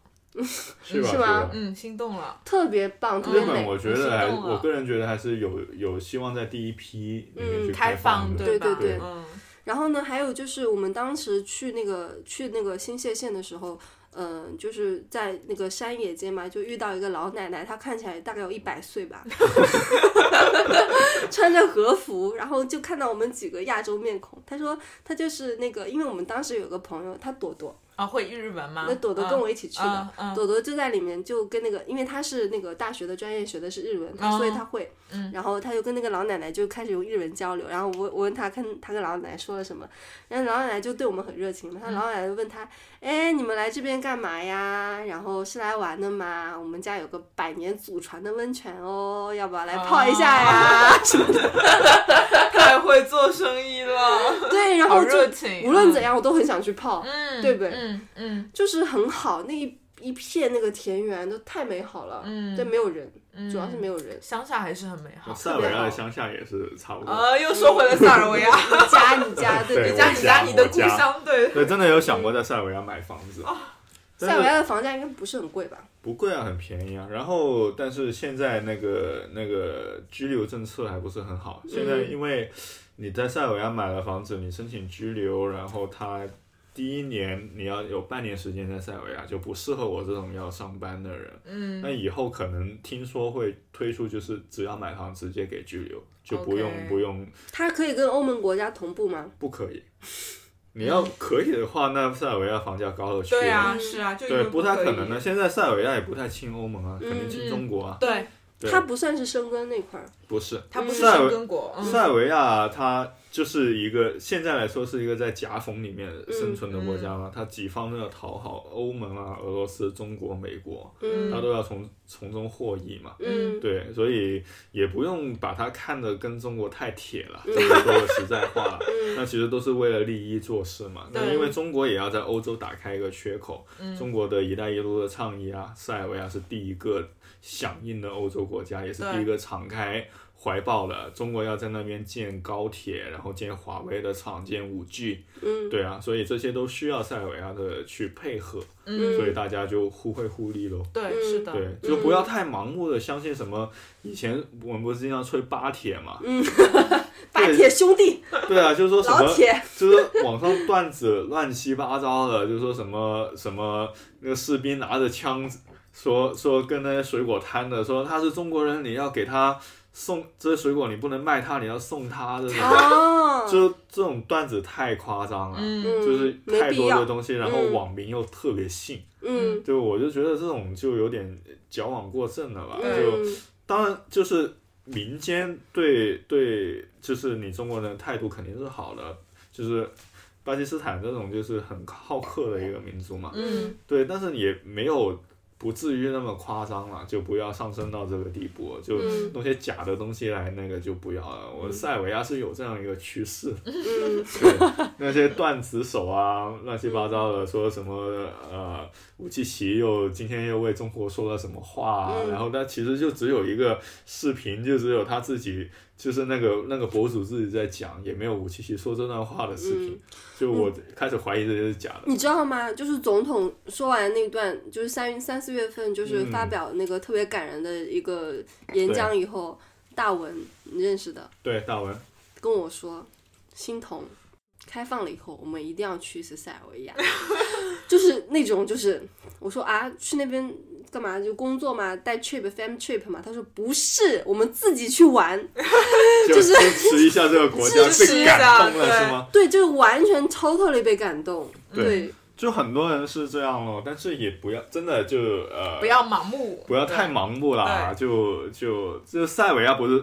是吧？
是吗
吧
嗯，心动了。
特别棒，特
日
别
本
美。
我觉得还，
心动了啊
我个人觉得还是有有希望在第一批里面去
嗯
开
放
放
的，
对
吧？
对
对
嗯，
然后呢，还有就是我们当时去那个去那个新泻县的时候，嗯、就是在那个山野间嘛，就遇到一个老奶奶，她看起来大概有一百岁吧， 穿着和服，然后就看到我们几个亚洲面孔，她说她就是那个，因为我们当时有个朋友，她朵朵，
啊，会日文吗？
那朵朵跟我一起去的
嗯，嗯
朵朵就在里面就跟那个，因为她是那个大学的专业学的是日文，她
哦
所以她会，然后她就跟那个老奶奶就开始用日文交流，然后我我问她看她跟老奶奶说了什么，然后老奶奶就对我们很热情嘛，
嗯
她老奶奶就问她，哎，你们来这边干嘛呀？然后是来玩的吗？我们家有个百年祖传的温泉哦，要不要来泡一下呀？
哦 太会做生意了，
对，然
好
后就
热情。
无论怎样我都很想去泡，
嗯，嗯，
对不对
嗯嗯
就是很好那一。一片那个田园都太美好了，
嗯
对，没有人，
嗯，
主要是没有人。
乡下还是很美嗯好。
塞尔维亚的乡下也是差不多。
呃，又说回了塞尔维亚，
你家你家
对
对
你
你
家
家
我
你家你的故
我家
乡，哦对，
对，真的有想过在塞尔维亚买房子，但
塞尔
是
维亚的房价应该不是很贵吧？
不贵啊，很便宜啊。然后，但是现在那个那个居留政策还不是很好。现在
嗯
因为你在塞尔维亚买了房子，你申请居留，然后他第一年你要有半年时间在塞尔维亚，就不适合我这种要上班的人。
嗯
那以后可能听说会推出，就是只要买房直接给居留，就不用
OK
不用
它可以跟欧盟国家同步吗？
不可以。你要可以的话，那塞尔维亚房价高了去了。
对啊，是啊，就因为
对，不太
可
可
以
能的。。现在塞尔维亚也不太亲欧盟啊，肯定
嗯
亲中国啊。
对，
对，
它不算是申根那块儿，
不是
它不是
塞尔
生根国，嗯
塞尔维亚，它就是一个现在来说是一个在夹缝里面
嗯
生存的国家嘛，它几方都要讨好欧盟啊、俄罗斯、中国、美国，它
嗯
都要从从中获益嘛。
嗯，
对，所以也不用把它看得跟中国太铁了，
嗯
这么说个实在话 了。那其实都是为了利益做事嘛。那
对嗯
因为中国也要在欧洲打开一个缺口，中国的“一带一路”的倡议啊，塞尔维亚是第一个响应的欧洲国家，也是
对
第一个敞开。怀抱了中国要在那边建高铁，然后建华为的厂，建五 G，
嗯
对啊，所以这些都需要塞尔维亚的去配合，
嗯
所以大家就互惠互利喽。
对，是的，
嗯对，就不要太盲目的相信什么。以前我们不是经常吹巴铁嘛？
嗯 巴铁兄弟，
对啊，就是说什么
老铁，
就是网上段子乱七八糟的，就说什么什么那个士兵拿着枪说说跟那些水果摊的说他是中国人，你要给他送这些水果你不能卖他，你要送他的，
哦，
就这种段子太夸张了，
嗯，
嗯
就是
没
太
必
多
要
的东西，然后
嗯
网民又特别信，
嗯
就我就觉得这种就有点矫枉过正了吧，就
嗯
当然就是民间对对，就是你中国人的态度肯定是好的，就是巴基斯坦这种就是很好客的一个民族嘛，
嗯
对，但是也没有不至于那么夸张了，就不要上升到这个地步，就
嗯
弄些假的东西来那个就不要了。我塞尔维亚是有这样一个趋势的，
嗯
对，那些断子手啊，乱七八糟的，说什么呃，武契奇又今天又为中国说了什么话、啊，
嗯
然后但其实就只有一个视频，就只有他自己，就是那个那个博主自己在讲，也没有武契奇说这段话的视频，
嗯
就我开始怀疑这些是假的。
你知道吗？就是总统说完那段，就是三三四月份，就是发
嗯
表那个特别感人的一个演讲以后，大文你认识的
对，大文，
跟我说，心疼，开放了以后，我们一定要去一次塞尔维亚， 就是那种就是我说啊，去那边干嘛？就工作嘛，带 trip fam trip 嘛。他说不是，我们自己去玩，
就
就是
支持一下这个国家，
支持啊
被
一下
感动了
对
是吗？
对，就完全 totally 被感动，
对
对，
就很多人是这样咯，但是也不要真的就呃
不要盲目，
不要太盲目啦，就就就塞维亚啊不是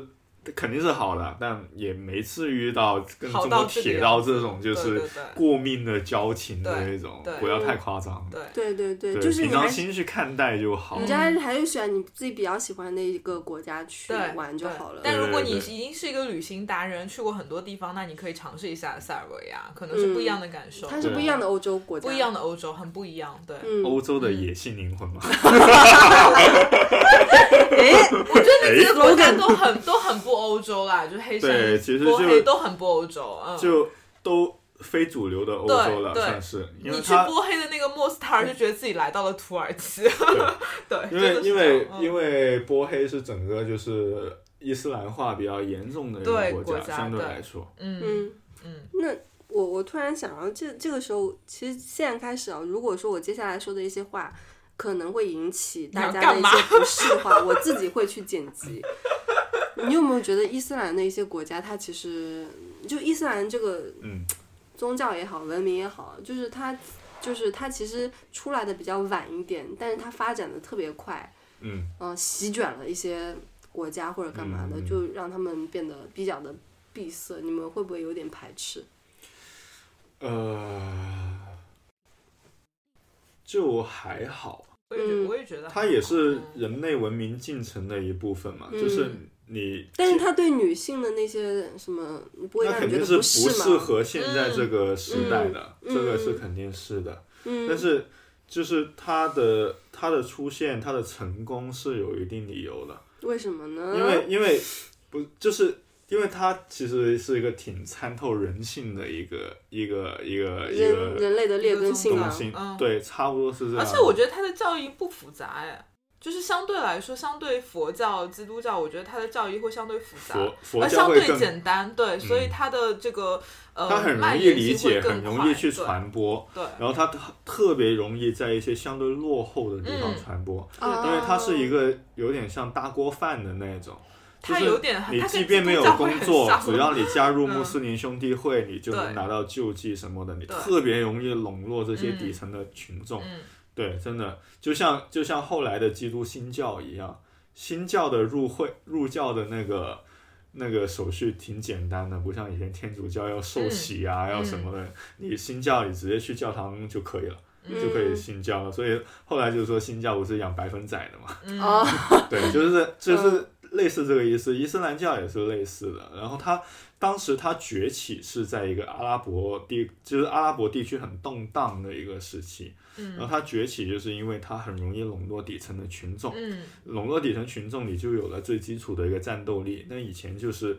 肯定是好的，但也没至于到跟
好
中
到
国
这个
铁
样
到
子
这种就
对
是
对
过命的交情的那种
对，对
不要太夸张。
对
对对对，
对，
就是
平
你还
常
是
心去看待就好
嗯
你。家还是选你自己比较喜欢的一个国家去
对，
玩就
对
好了。
但如果你
对
已
对
经是一个旅行达人，去过很多地方，那你可以尝试一下塞尔维亚，可能是不一样的感受，
嗯它是
对
不一样的欧洲国家，
不一样的欧洲，很不一样。对，
嗯。
欧洲的野性灵魂嘛，
嗯我觉得那几个国家
Slogan
都很都很不欧洲啦，就黑山、
哎对其实
波
就
黑都很不欧洲。嗯，
就都非主流的欧洲了，
对对
算是，因为
你去
它
波黑的那个莫斯塔尔，就觉得自己来到了土耳其。 对，
因
真
为
的是
因为
这样嗯
因为波黑是整个就是伊斯兰化比较严重的一
对
个
国
国
家
家，相对
对
来说，
嗯
嗯
嗯
那我我突然想到，这这个时候，其实现在开始啊，如果说我接下来说的一些话可能会引起大
你要
家的
干
一
嘛
些不适的话，我自己会去剪辑。 你有没有觉得伊斯兰的一些国家，它其实就伊斯兰这个
嗯，
宗教也好，文明也好，就是它，就是它其实出来的比较晚一点，但是它发展的特别快，
嗯，
嗯、席卷了一些国家或者干嘛的，
嗯嗯
就让他们变得比较的闭塞。你们会不会有点排斥？
呃，就还好，
我也觉
嗯
我也觉得嗯
它也是人类文明进程的一部分嘛，就是
嗯
你，
但是他对女性的那些什么，你不会
那
让
肯
你觉
定
得
是不
适
适
吗？
合现在这个时代的，
嗯
这个是
嗯
肯定是的，
嗯，
但是就是它的它的出现，它的成功是有一定理由的。
为什么呢？
因为因为不就是因为它其实是一个挺参透人性的一个一个一个一
人
个
人类的劣根性
东
啊，
西，
嗯
对，差不多是这样。
而且我觉得它的教育不复杂哎，就是相对来说，相对佛教、基督教，我觉得它的教育会相对复杂，
佛佛
而
教
相
会
对
更，
简单，对，所以它的这个呃，
它很容
蔓
易
延
理
性
解，
会更
很容易
快
去，传播，
对，
然后它特特别容易在一些相对落后的地方
嗯
传播，
啊
哦
因为它是一个有点像大锅饭的那种。
它
就是
有点很
你
它跟
即便没有工
基督教会
作
很，像
只要你加入
嗯
穆斯林兄弟会，你就
对
能拿到救济什么的，你
对
特别容易笼络这些底
嗯
层的群众。
嗯
对，真的就像就像后来的基督新教一样，新教的入会入教的那个那个手续挺简单的，不像以前天主教要
嗯
受洗啊，要什么的，你新教你直接去教堂就可以了，就
嗯
可以信教了。所以后来就说新教不是养白粉仔的嘛，
嗯
哦，
对， 就是就是类似这个意思。伊斯兰教也是类似的。然后它当时它崛起是在一个阿拉伯地，就是阿拉伯地区很动荡的一个时期。
嗯
然后它崛起就是因为它很容易笼络底层的群众，
嗯
笼络底层群众，你就有了最基础的一个战斗力。那以前就是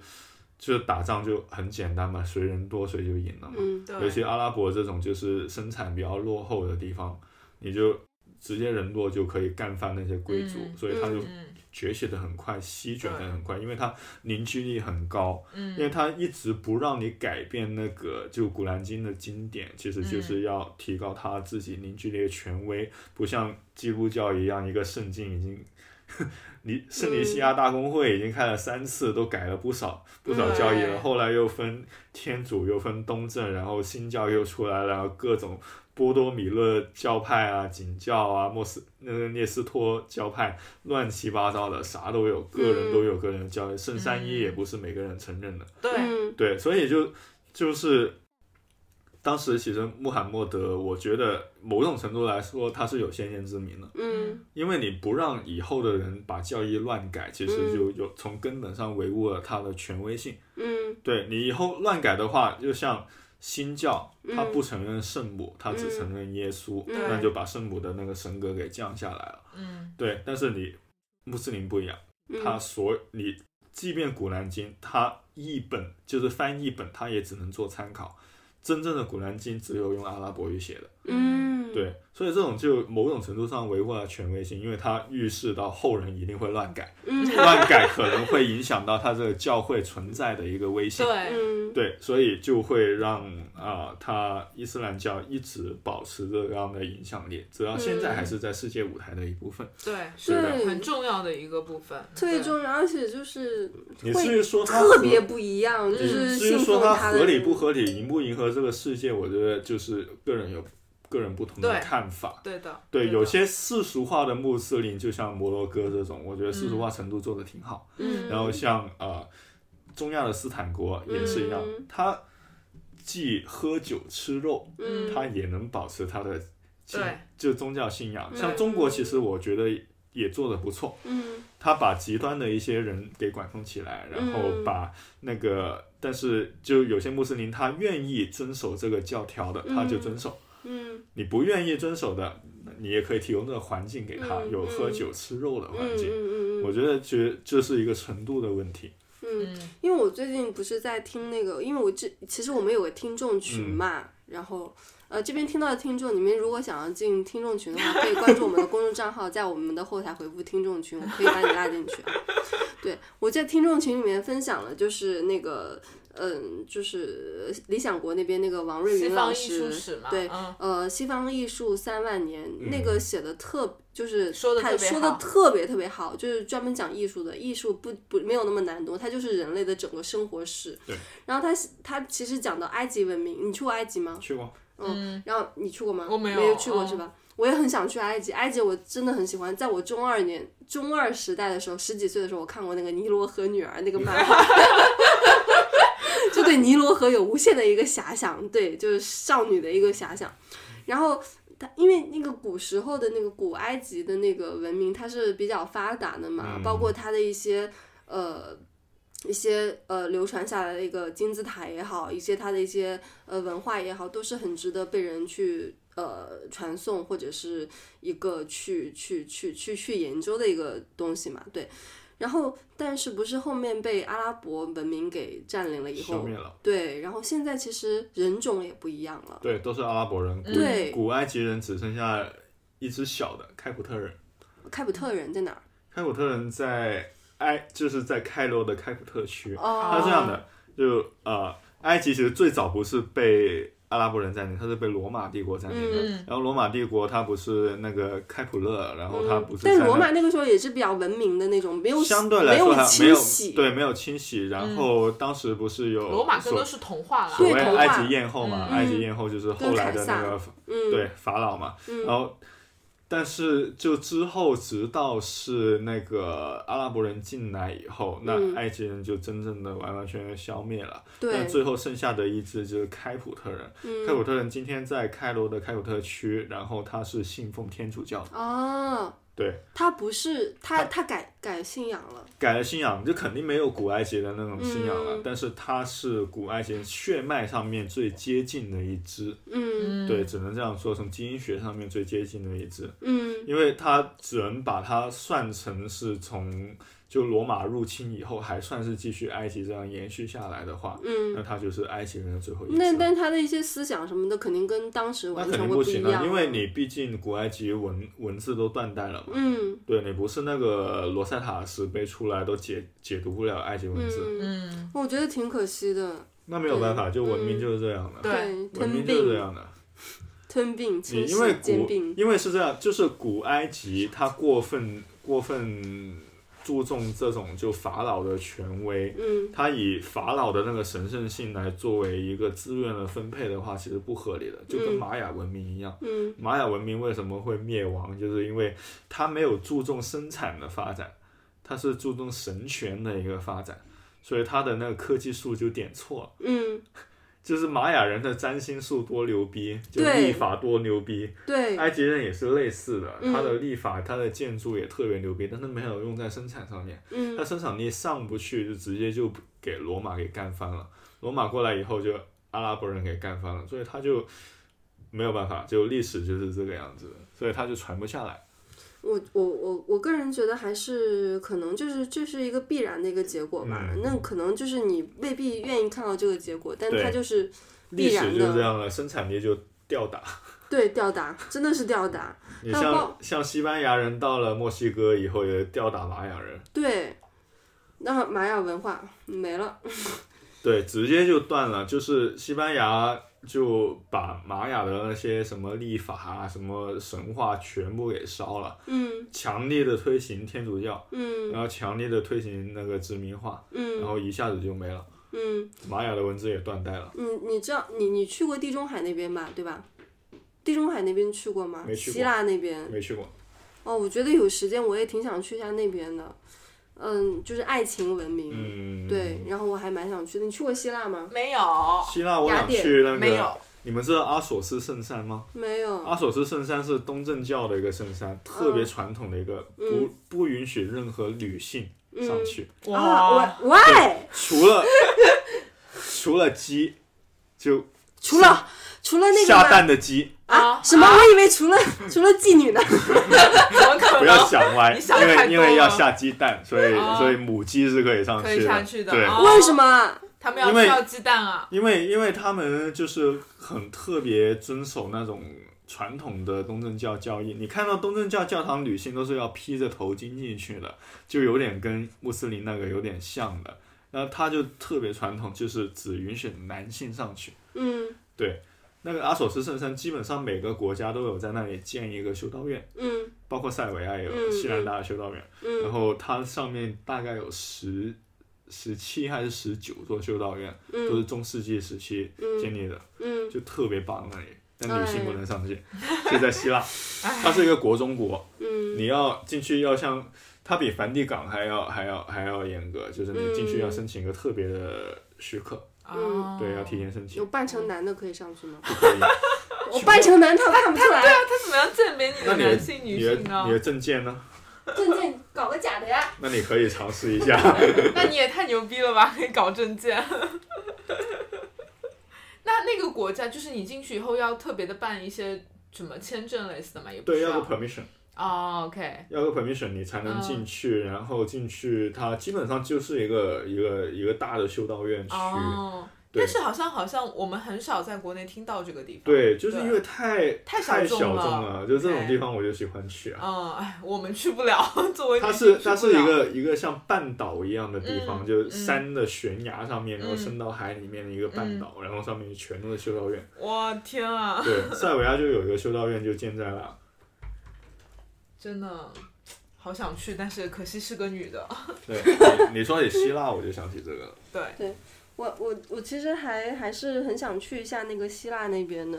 就是打仗就很简单嘛，谁人多谁就赢了嘛。
嗯，
对，
尤其阿拉伯这种就是生产比较落后的地方，你就直接人多就可以干翻那些贵族，
嗯
所以他就
嗯
崛起的很快，席卷的
对
很快，因为它凝聚力很高，
嗯，
因为它一直不让你改变那个就《古兰经》的经典，其实就是要提高它自己凝聚力的权威，不像基督教一样，一个圣经已经 尼是尼西亚大公会已经开了三次，都改了不少不少教义
对
了。后来又分天主，又分东正，然后新教又出来了，然后各种波多米勒教派啊、景教啊、莫斯那个涅斯托教派，乱七八糟的，啥都有，个人都有个人的教义。圣三一也不是每个人承认的，
对，
嗯
对，所以就就是当时其实穆罕默德，我觉得某种程度来说他是有先见之明的。
嗯
因为你不让以后的人把教义乱改，其实就有从根本上维护了它的权威性。
嗯
对你以后乱改的话，就像新教，它
嗯
不承认圣母，它只
嗯
承认耶稣，
嗯
那就把圣母的那个神格给降下来了。
嗯，
对，但是你穆斯林不一样，他
嗯，
所你即便《古兰经》，它译本就是翻译本，它也只能做参考。真正的《古兰经》只有用阿拉伯语写的。
嗯，
对，所以这种就某种程度上维护了权威性，因为他预示到后人一定会乱 改，
嗯
乱改可能会影响到他这个教会存在的一个威信。
对，
嗯
对，所以就会让啊、他伊斯兰教一直保持着这样的影响力，直到现
嗯
在还是在世界舞台的一部分。
对，
是的
对
很重要的一个部分，
特别重要，而且就是
你
会
至于说他
特别
合
不一样，就
你
是
至于
信
说
奉
它
的
合理不合理，迎不迎合这个世界，我觉得就是个人有个人不同的
对
看法。
对，对的，
对，
的
有，些世俗化的穆斯林，就像摩洛哥这种，我觉得世俗化程度做得挺好。
嗯
然后像呃，中亚的斯坦国也是一样，
嗯
它既喝酒吃肉，
嗯
它也能保持它的信
对，
就宗教信仰。像
嗯
中国，其实我觉得也做得不错，
嗯
他把极端的一些人给管控起来，然后
嗯
把那个，但是就有些穆斯林他愿意遵守这个教条的，他就
嗯
遵守。
嗯
你不愿意遵守的，你也可以提供这个环境给他，
嗯
有喝酒吃肉的
嗯
环境。
嗯
我
嗯
觉得其实这是一个程度的问题。
嗯，
嗯，
因为我最近不是在听那个，因为我这其实我们有个听众群嘛，然后。呃，这边听到的听众，你们如果想要进听众群的话，可以关注我们的公众账号，在我们的后台回复“听众群”，我可以把你拉进去。啊对，我在听众群里面分享了，就是那个，嗯，就是理想国那边那个王瑞
西
云
方
老
艺
师，
术史嘛，
对
哦
嗯，
呃，西方艺术三万年、那个写的特，就是
说得
他
特别
说的
好
特别特别好，就是专门讲艺术的，艺术不不没有那么难懂，它就是人类的整个生活史。
对。
然后他他其实讲到埃及文明，你去过埃及吗？
去过，
嗯。然后你去过吗？
我没有
去过、
嗯
是吧？我也很想去埃及，埃及我真的很喜欢。在我中二年、中二时代的时候，十几岁的时候，我看过那个《尼罗河女儿》那个漫画， 就对尼罗河有无限的一个遐想，对，就是少女的一个遐想。然后它因为那个古时候的那个古埃及的那个文明，它是比较发达的嘛，
嗯
包括它的一些呃一些呃流传下来的一个金字塔也好，一些它的一些呃文化也好，都是很值得被人去呃传颂或者是一个去去去去去研究的一个东西嘛，对。然后，但是不是后面被阿拉伯文明给占领了以
消
后
灭，了。
对，然后现在其实人种也不一样了，
对，都是阿拉伯人。古
对
古埃及人只剩下一只小的开普特人。
开普特人在哪儿？
开普特人在埃，就是在开罗的开普特区。
哦，
它是这样的，就呃，埃及其实最早不是被阿拉伯人占领，它是被罗马帝国占领的。
嗯
然后罗马帝国它不是那个开普勒，然后它不是在
嗯但
那、
罗马那个时候也是比较文明的那种，没有
相对来说还
没
有
洗，
对没有清洗，然后当时不是有
罗马更
所
多是童话啦，
所谓
嗯对童话
埃及艳后嘛，
嗯
埃及艳后就是后来的那
跟凯
个
嗯，
对法老嘛，
嗯
然后但是就之后直到是那个阿拉伯人进来以后，
嗯
那埃及人就真正的完完全全消灭了，那
对，嗯哦
最后剩下的一支就是开普特人，开普特人今天在开罗的开普特区，然后他是信奉天主教的，
哦，
对。
他不是他他改改信仰了，
改了信仰，就肯定没有古埃及的那种信仰了，
嗯
但是它是古埃及血脉上面最接近的一支，
嗯
嗯
对，，只能这样说，从基因学上面最接近的一支，
嗯
因为它只能把它算成是从就罗马入侵以后还算是继续埃及这样延续下来的话，那
嗯，
它就是埃及人的最后一支。
那但他的一些思想什么的，肯定跟当时
那
完
肯
全
定
会
不
一
行
样，
啊，因为你毕竟古埃及文文字都断代了嘛，
嗯
对你不是那个罗塞塔石碑出来都解解读不了埃及文字，
嗯，
嗯，
我觉得挺可惜的，
那没有办法，就文明就是这样的，
对
嗯对，
文
吞
明就是这
并，
样的。
吞并、
你
侵
因为
蚀、兼
古
并，
因为是这样，就是古埃及它过分过分注重这种就法老的权威，
嗯，
它以法老的那个神圣性来作为一个资源的分配的话，其实不合理的，就跟
嗯
玛雅文明一样。
嗯
玛雅文明为什么会灭亡，就是因为它没有注重生产的发展，它是注重神权的一个发展，所以它的那个科技树就点错了。
嗯，
就是玛雅人的占星术多牛逼，就
对
历法多牛逼，
对，
埃及人也是类似的，
嗯
他的历法、他的建筑也特别牛逼，但是没有用在生产上面，
嗯
他生产力上不去，就直接就给罗马给干翻了。罗马过来以后，就阿拉伯人给干翻了，所以他就没有办法，就历史就是这个样子的，所以他就传不下来。
我我我我个人觉得还是可能就是这是一个必然的一个结果吧。
嗯
那可能就是你未必愿意看到这个结果，但
对
它就是
历
必
史
然
就是这
的，
样的，生产力就吊打。
对吊打，真的是吊打。
你
那
像
包
像西班牙人到了墨西哥以后，也吊打玛雅人。
对，那玛雅文化没了。
对，直接就断了。就是西班牙就把玛雅的那些什么历法啊、什么神话全部给烧了，
嗯
强烈的推行天主教，
嗯
然后强烈的推行那个殖民化，然
嗯
后一下子就没了，
嗯，
玛雅的文字也断代了。
你你知道你你去过地中海那边吧？对吧？地中海那边去过吗？
没去过
希腊那边
没去过，
哦，我觉得有时间我也挺想去一下那边的。嗯，就是爱情文明。
嗯，
对，。然后我还蛮想去的。你去过希腊吗？
没有，
希腊，我
雅
想
典
去那
没有
个，，你们知道阿索斯圣山吗？
没有。
阿索斯圣山是东正教的一个圣山，特
嗯
别传统的一个，不不允许任何女性
嗯
上去。
啊，我 why？
除 了除了鸡，就
除了除了那个
下
吗
蛋的鸡，
啊
什么？
啊
我以为除了除了妓女呢。
怎么可能？
不要想歪，
你想
因
太
为
多
因为要
了
下鸡蛋，所以、
哦
所以母鸡是可以上去的，
可以上去的
对。
哦
为什么？
他们要
因为
吃到鸡蛋啊？
因为因为他们就是很特别遵守那种传统的东正教教义，你看到东正教教堂女性都是要披着头巾进去的，就有点跟穆斯林那个有点像的。那他就特别传统，就是只允许男性上去。
嗯
对，那个阿索斯圣山基本上每个国家都有在那里建一个修道院，
嗯
包括塞尔维亚也有、
嗯
西兰达的修道院，然
嗯
后它上面大概有十。十七还是十九座修道院，都是
嗯
中世纪时期建立的，
嗯，
就特别棒那里。但女性不能上去，就在希 腊，它是一个国中国，
哎嗯
你要进去要像它比梵蒂冈还要还要还要严格，就是你进去要申请一个特别的许可，
嗯
哦
对，要提前申
有
请，
扮成男的可以上去 吗？
不可以。
我扮成男他啊看不出来，
他怎么样鉴别你
那
的
你的
男性女
你的
性呢
你？的证件呢？
证件搞个假的呀。
那你可以尝试一下。
那你也太牛逼了吧，可以搞证件。 那那个国家就是你进去以后要特别的办一些什么签证类似的嘛，也不
对，
需
要个 permission，
哦，OK，
要个 permission 你才
嗯
能进去。然后进去，它基本上就是一个一个一个大的修道院区。
哦，
对
但是好像好像我们很少在国内听到这个地方。，
对，就是因为
对
太
太小
小
众
了，
了
就这种
哎
地方我就喜欢去啊。
嗯，哎，我们去不了， 作为
它
女
是
性
它
去不
是一
了。
个一个像半岛一样的地方，
嗯
就是
嗯
山的悬崖上面，然后
嗯
伸到海里面的一个半岛，然后上面全都是修道院。
我天啊，
对，塞尔维亚就有一个修道院就建在那，
真的好想去，但是可惜是个女的。
对，你你说起希腊，我就想起这个了。
对，
我我我其实还还是很想去一下那个希腊那边的，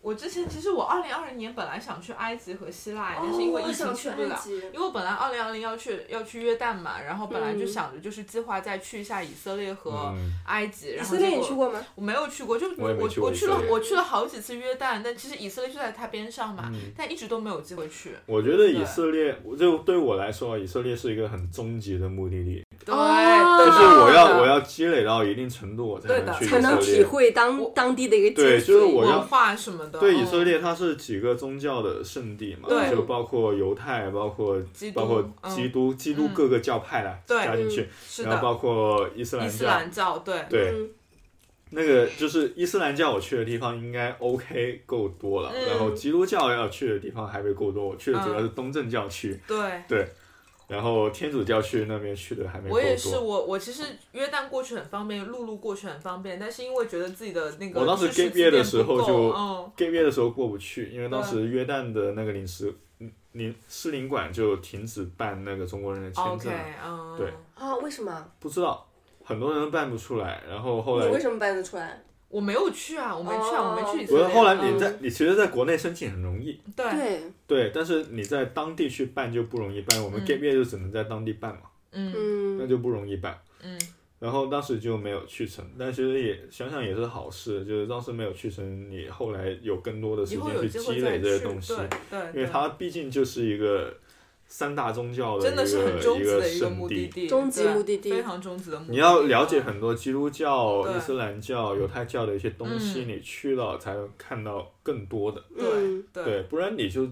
我之前其实我二零二零年本来想去埃及和希
哦
腊，哦但是因为疫情去不了。因为我本来二零二零要去要去约旦嘛，然后本来就
嗯
想着就是计划再去一下以色列和
嗯，
埃及，
以
然
色
后
列
结
你去
果
过吗？
我没有去过，就
我也没
我
去过以
我去
色
了
列
我去了好几次约旦，但其实以色列就在它边上嘛，
嗯
但一直都没有机会去。
我觉得以色列，我就对我来说，啊以色列是一个很终极的目的地，
对，
哦
对
就是
的
我
啊对
要
的
我要积累到一定程度，我才
对
能
的
去以
才能体
色列。
会当
我
当地的一个
对
精
就是
髓
我要
文化什么的。
对
嗯
以色列，它是几个宗教的圣地嘛，
对
就包括犹太，包括
基督嗯
包括基督，基督各个教派啦
对嗯
加进去，
是
然后
的，
包括伊斯
伊
兰
斯
教。
兰教对。
对，
嗯
那个就是伊斯兰教，我去的地方应该 OK 够多了。
嗯
然后基督教要去的地方还没够多，我去的主要是东正教区。
对
对，然后天主教去那边去的还没够
我也是，
多。
我我其实约旦过去很方便，陆路过去很方便，但是因为觉得自己的那个
我当时
知识
gap year 的
字典
时候
不够
就
嗯
gay 月的时候过不去，因为当时约旦的那个领事嗯领领领馆就停止办那个中国人的签证了
，OK，嗯，
对
啊，为什么？
不知道很多人办不出来。然后后来
你为什么办得出来？
我没有去啊，我没去啊，
哦
我没去以色
我
列。
说后来你
嗯
在你其实在国内申请很容易，
对，
对，
对，但是你在当地去办就不容易办。我们
嗯
gap year 就只能在当地办嘛，
嗯
那
嗯，
就不容易办。
嗯，
然后当时就没有去成，但其实也想想也是好事，就是当时没有去成，你后来有更多的时
以后
间
有
去
机会
积
再
累
去，
这些东西，
对对，
因为
对
它毕竟就是一个三大宗教
真
一
的是很终
个
极的一个
圣
目的
地。
地，
终极
对
目的地
非常终极的目的地。
你要了解很多基督教、
对
伊斯兰教、犹太教的一些东西，
嗯
你去了才能看到更多的。
对
嗯
对嗯
对，不然你就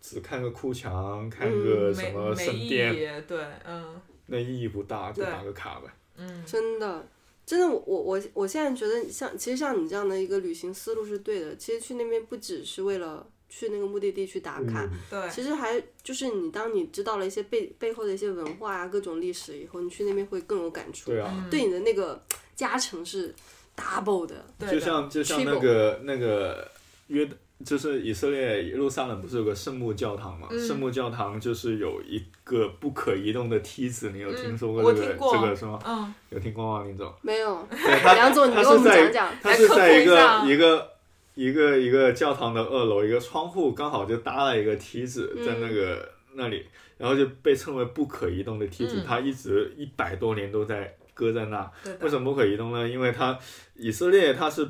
只看个哭墙，看个什
没
么
没
圣
意
殿，
义，对，嗯
那意义不大，就
对
打个卡呗。
嗯，
真的，真的，我我我我现在觉得像，其实像你这样的一个旅行思路是对的。其实去那边不只是为了去那个目的地去打卡，
嗯
对，
其实还就是你当你知道了一些背背后的一些文化啊、各种历史以后，你去那边会更有感触，
对啊，
嗯
对你的那个加成是 double 的。
对
就
的
像就像那个那个约，就是以色列耶路撒冷不是有个圣母教堂嘛？
嗯
圣母教堂就是有一个不可移动的梯子，你有听说
嗯我
这个、
听过
这个是吗？
嗯，
有听过吗，林 总？
没有，
对，它
梁总，你
它
给我
是
们
在
讲讲。
它是在一
来
个
科普一下
一个。一个一个教堂的二楼，一个窗户刚好就搭了一个梯子，在那个、那里，然后就被称为不可移动的梯子，
嗯
它一直一百多年都在搁在那。
对的，
为什么不可移动呢？因为它以色列它是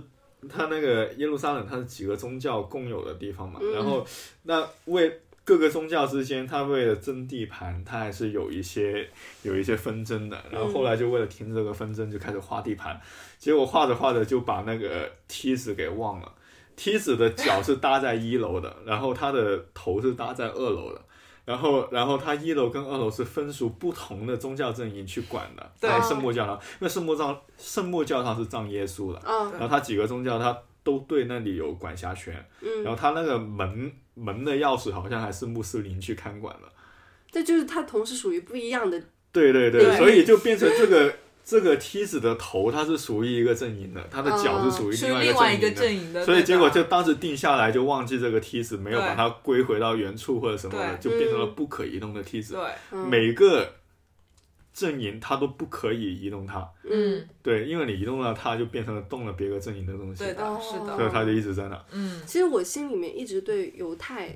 它那个耶路撒冷它是几个宗教共有的地方嘛，
嗯
然后那为各个宗教之间，它为了争地盘，它还是有一些有一些纷争的。然后后来就为了停止这个纷争，就开始画地盘，结果画着画着就把那个梯子给忘了。梯子的脚是搭在一楼的，然后它的头是搭在二楼的，然后然后它一楼跟二楼是分属不同的宗教阵营去管的，
对
还有圣母教堂，因为圣母教圣母教堂是葬耶稣的，
啊，
然后它几个宗教它都对那里有管辖权，
嗯
然后它那个门门的钥匙好像还是穆斯林去看管的，
这就是它同时属于不一样的，
对对对，
对
所以就变成这个。这个梯子的头它是属于一个阵营的，它的脚是属于
是
另外
嗯另外一
一个
个
阵营
阵营
的，
的，
所以
对
结果
的
就当时定下来就忘记这个梯子，没有
对
把它归回到原处或者什么的，就
对
变成了
嗯
不可移动的梯子。
对，
嗯
每个阵营它都不可以移动它，
嗯，
对，因为你移动了它，就变成了动了别个阵营的东西，
对的，是
哦
所以
的，
它就一直在那。
嗯，
其实我心里面一直对犹太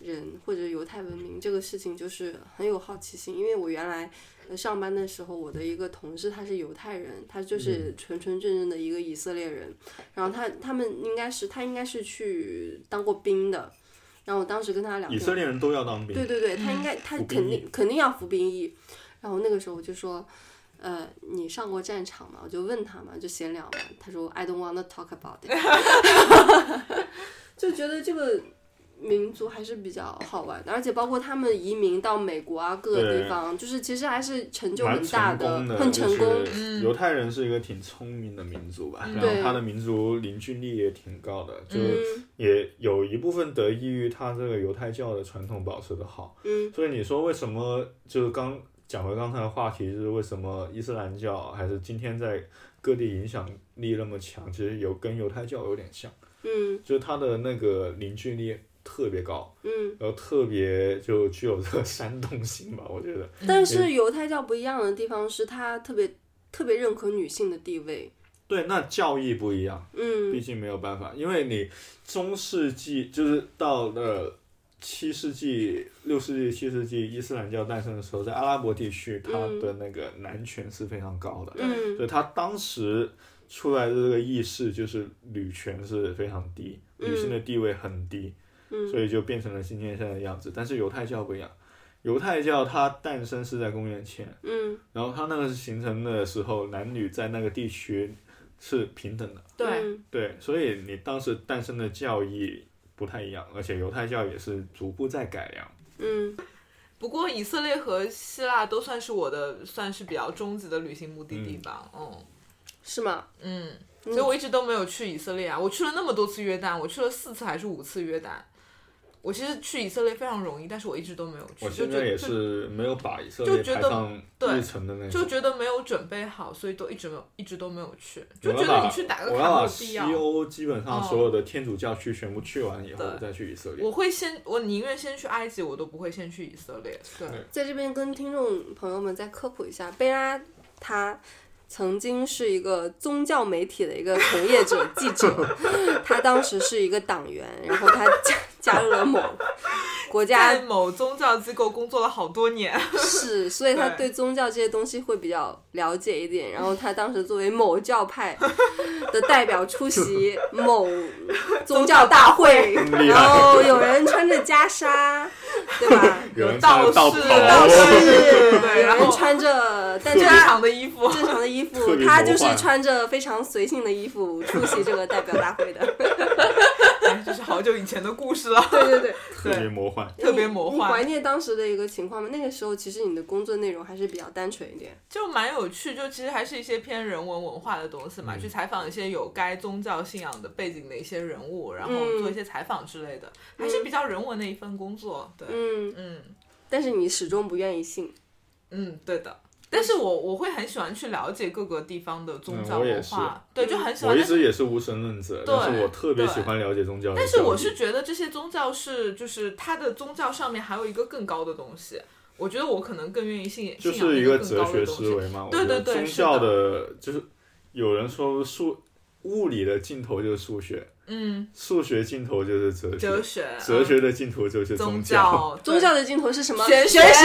人或者犹太文明这个事情就是很有好奇心，因为我原来呃上班的时候，我的一个同事他是犹太人，他
嗯
就是纯纯正正的一个以色列人，然后他他们应该是他应该是去当过兵的，然后我当时跟他聊
以
天，
色列人都要当兵，
对对对，他应该他
服
肯
兵役
定肯定要服兵役。然后那个时候我就说，呃，你上过战场吗？我就问他嘛，就闲聊嘛。他说 I don't wanna talk about it，就 觉得这个民族还是比较好玩的，而且包括他们移民到美国啊各个
对
地方，就是其实还是成就
蛮
很大
成功的，
很成功
就。是
嗯
犹太人是一个挺聪明的民族吧，
嗯
然后
对
他的民族凝聚力也挺高的，就
嗯
也有一部分得益于他这个犹太教的传统保持的好。
嗯
所以你说为什么就是刚讲回刚才的话题，就是为什么伊斯兰教还是今天在各地影响力那么强？其实有跟犹太教有点像，
嗯
就是它的那个凝聚力特别高，
嗯。
然后特别就具有这个 煽动性吧，我觉得。
但是犹太教不一样的地方是，他特别特别认可女性的地位。
对，那教义不一样，
嗯
毕竟没有办法，因为你中世纪就是到了七世纪、六世纪、七世纪伊斯兰教诞生的时候，在阿拉伯地区，它
嗯
的那个男权是非常高的，
嗯
所以他当时出来的这个意识就是女权是非常低，
嗯
女性的地位很低，
嗯
所以就变成了今天现在的样子。但是犹太教不一样，犹太教它诞生是在公元前，
嗯
然后它那个形成的时候，男女在那个地区是平等的，
对，
嗯
对，所以你当时诞生的教义不太一样，而且犹太教也是逐步在改良。
嗯
不过以色列和希腊都算是我的，算是比较终极的旅行目的地吧，嗯
是吗？
嗯。所以我一直都没有去以色列啊，我去了那么多次约旦，我去了四次还是五次约旦，我其实去以色列非常容易，但是我一直都没有去，
我
就
现
觉
在也
得
是没有把以色
就
列
觉
排
得
上
对
日程的那
就
种。
觉得没有准备好，所以都一直没有一直都没有去，
我
就觉
要
得
把
你去打个
我
卡
要
没
把
有必
西
要。
欧基本上
哦
所有的天主教区全部去完以后，
对
再去以色列。
我会先，我宁愿先去埃及，我都不会先去以色列。对，
在这边跟听众朋友们再科普一下，贝拉他曾经是一个宗教媒体的一个从业者记 者，他当时是一个党员，然后他加加入了某国
在
家
某宗教机构工作了好多年，
是，所以他
对
对宗教这些东西会比较了解一点。然后他当时作为某教派的代表出 席某宗教大会，
厉害
然后有人穿着袈裟，对吧？
有人
道
穿道
士
袍
道
是
士对
有
然后
人穿着， 但
正
是他
常的衣服。
正常的衣
特
服，
别
他
魔
就是
幻
穿着非常随性的衣服出席这个代表大 会的。
哎这是好久以前的故事了，
对对对，
特别魔幻。
特别魔
你你怀
幻，
念当时的一个情况吗？那个时候其实你的工作内容还是比较单纯一点。
就蛮有趣。就其实还是一些偏人文文化的东西嘛，去采访一些有该宗教信仰的背景的一些人物，然后
嗯
做一些采访之类的，还是比较人文的一份工作。对，
嗯，
嗯
但是你始终不愿意信。
嗯，对的。但是我我会很喜欢去了解各个地方的宗
嗯
教
我也
文化，对，就很喜
我
欢。
一
但是
直也是无神论者，
对
但是我特别
对
喜欢了解宗教的教
但
义。
是我是觉得这些宗教是，就是它的宗教上面还有一个更高的东西。我觉得我可能更愿意信
就
信仰
是一
个
个
更
哲
高的
学
东
思
西。
维嘛。我
对
觉得
对对
宗
是
教的就是有人说数物理的尽头就是数学，
嗯，
数学尽头就是哲学，
哲学，
哲
嗯
学的尽头就是
宗
教。
教，
宗
对
教的尽头是什么？
玄学
学。。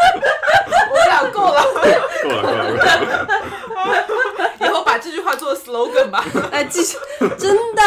我们俩够了，
够了够了够了，
以后把这句话做 slogan 吧，
哎，继续，真的。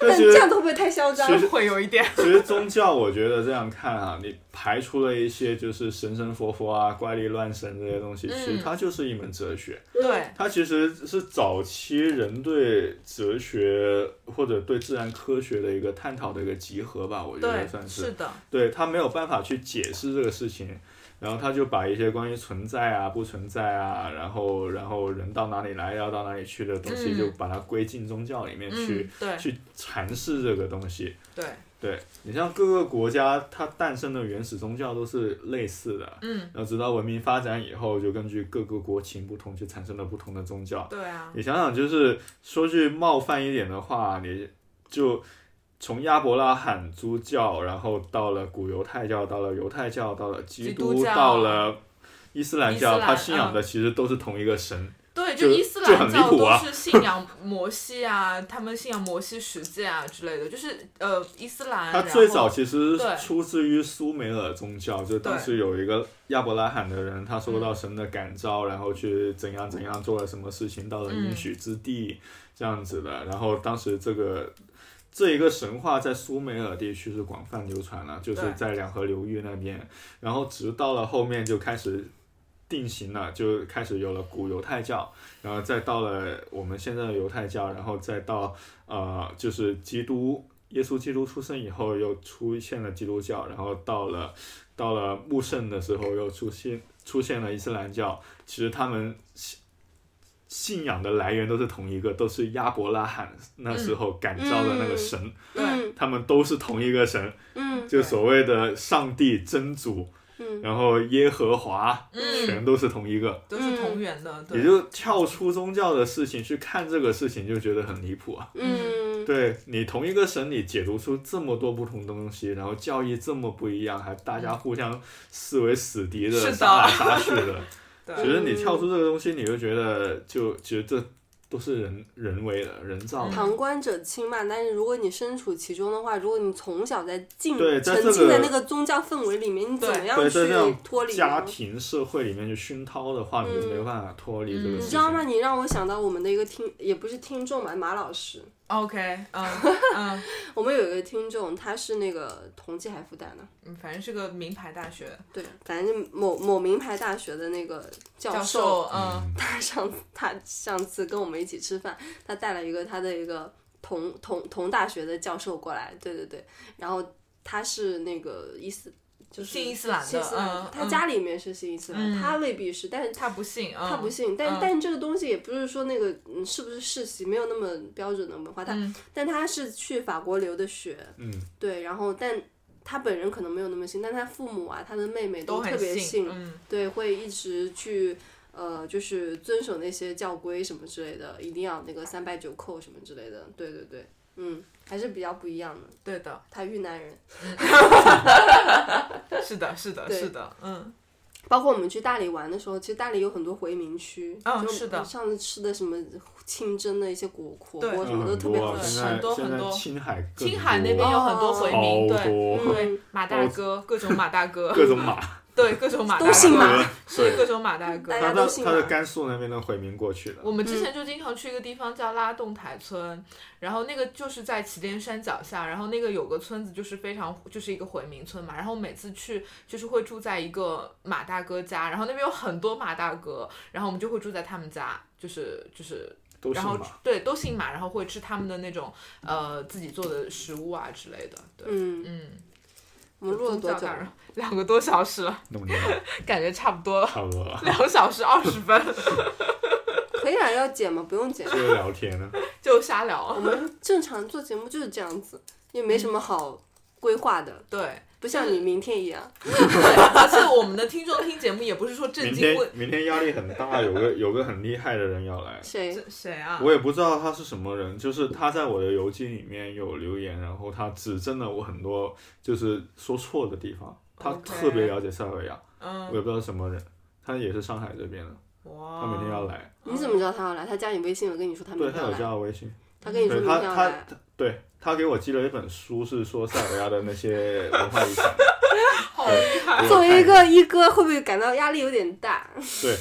但
但
其
这样
实
会不会太嚣张？
其实
会有一点。
其实宗教，我觉得这样看啊，你排除了一些就是神神佛佛啊、怪力乱神这些东西，其实
嗯
它就是一门哲学。
对，
它其实是早期人对哲学或者对自然科学的一个探讨的一个集合吧，我觉得
对，
算
是的，
对他没有办法去解释这个事情，然后他就把一些关于存在啊、不存在啊，然后然后人到哪里来要到哪里去的东西，
嗯
就把它归进宗教里面去
嗯，、对
去阐释这个东西。
对，
对你像各个国家，它诞生的原始宗教都是类似的，
嗯，
然后直到文明发展以后，就根据各个国情不同，就产生了不同的宗教。
对啊，
你想想，就是说句冒犯一点的话，你就从亚伯拉罕宗教，然后到了古犹太教，到了犹太教，到了基督，
基督教
到了伊斯兰
伊
教，
斯兰嗯
他信仰的其实都是同一个神。
对，
就
伊斯
就
兰
很
教
离谱
都
啊
是信仰摩西啊，他们信仰摩西十诫啊之类的，就是呃，伊斯兰。
他
然
最
后
早其实
对
出自于苏美尔宗教，就当
对嗯
时有一个亚伯拉罕的人，他受到神的感召，然后去怎样怎样做了什么事情，到了应许
嗯
之地、这样子的。然后当时这个这一个神话在苏美尔地区是广泛流传了，就是
对
在两河流域那边。然后直到了后面就开始定型了，就开始有了古犹太教，然后再到了我们现在的犹太教，然后再到呃，就是基督耶稣基督出生以后又出现了基督教，然后到了到了穆圣的时候又出现出现了伊斯兰教。其实他们信信仰的来源都是同一个，都是亚伯拉罕那时候感召的那个神，
对
嗯
他们都是同一个神，
嗯
就所谓的上帝真主，
嗯
然后耶和华，
嗯，
全都是同一个。
都是
嗯
同源的，对
也就跳出宗教的事情去看这个事情，就觉得很离谱啊！
嗯，
对你同一个神里解读出这么多不同东西，然后教义这么不一样，还大家互相视为死敌的
是的
杀来杀去 的，其
对
实你跳出这个东西，你就觉得就觉得这都是人人为的、人造的。
旁观者清嘛，但是如果你身处其中的话，如果你从小在浸
对在这
沉浸在
个
那个宗教氛围里面，你怎么样
对，在这
去
样
脱离
家
呢？
庭社会里面去熏陶的话，你就没办法脱离这个事情。
嗯
嗯你知道吗？你让我想到我们的一个听，也不是听众吧，马老师。
，OK，嗯 嗯
我们有一个听众，他是那个同济还复旦的，
嗯，反正是个名牌大学
对，反正就某某名牌大学的那个教
教授，嗯
他上次他上次跟我们一起吃饭，他带了一个他的一个同同同大学的教授过来，对对对，然后他是那个伊斯就是
新伊斯兰的
新伊斯兰
嗯
他家里面是新伊斯兰，
嗯
他未必是，但是
他不信，嗯、
他不信，但、
嗯
但这个东西也不是说那个嗯是不是世袭没有那么标准的文化，他、
嗯
但他是去法国留的学，
嗯，
对，然后但他本人可能没有那么信，但他父母啊，他的妹妹
都
特
很
别信，
嗯
对，会一直去呃，就是遵守那些教规什么之类的，一定要那个三拜九叩什么之类的，对对对，嗯，还是比较不一样的。
对的，
他越南人，
是的，是的，
对
是的，嗯，
包括我们去大理玩的时候，其实大理有很多回民区，
嗯
就是
的
上次吃的什么清蒸的一些火火
对
锅什么
嗯
都
很
特别
多
好
啊，
吃
现，
很
在
多
现
很
在
多
青海更
青海那边
多啊
有很
哦
多回民，
好多
对。嗯
嗯
哦
对，马大哥，各种马大哥，
各种马，
对，各种马大
都姓
哥，
马
对
是各种马大哥
大。
他
家
到
都信
他
马
的甘肃那边的回民过去的，
我们
嗯
之前就经常去一个地方叫拉洞台村，然后那个就是在祁连山脚下，然后那个有个村子就是非常就是一个回民村嘛，然后每次去就是会住在一个马大哥家，然后那边有很多马大哥，然后我们就会住在他们家，就是就是
都是
然后
马。
对都姓马，然后会吃他们的那种呃自己做的食物啊之类的，对，
嗯，
嗯，
我们录了多
宗教
久
大人
了？？
两个多小时了，
那么厉害，
感觉差不多了，
差不多 了，
两小时二十分
可以啊，要剪吗？不用剪，
就是聊天呢。
就瞎聊
我，们正常做节目就是这样子，也没什么好规划的，
对。
不像你明天一样。
对，而且我们的听众听节目也不是说
明
正经
天
问
明天压力很大，有个有个很厉害的人要来，
谁？
这谁啊？
我也不知道他是什么人，就是他在我的游记里面有留言，然后他指正了我很多就是说错的地方。他
OK
特别了解塞尔维亚，我也
嗯，
不知道是什么人，他也是上海这边的，
哇，
他每天要来，
你怎么知道他要来？他加你微信，我跟你哦说他明
对
天
他
要
有
来
加。我微信，
他跟你说
对
明
他
天要
他
来，
他对他给我寄了一本书，是说塞尔维亚的那些文化遗 产，
好厉害，
作为一个一哥，会不会感到压力有点大？
对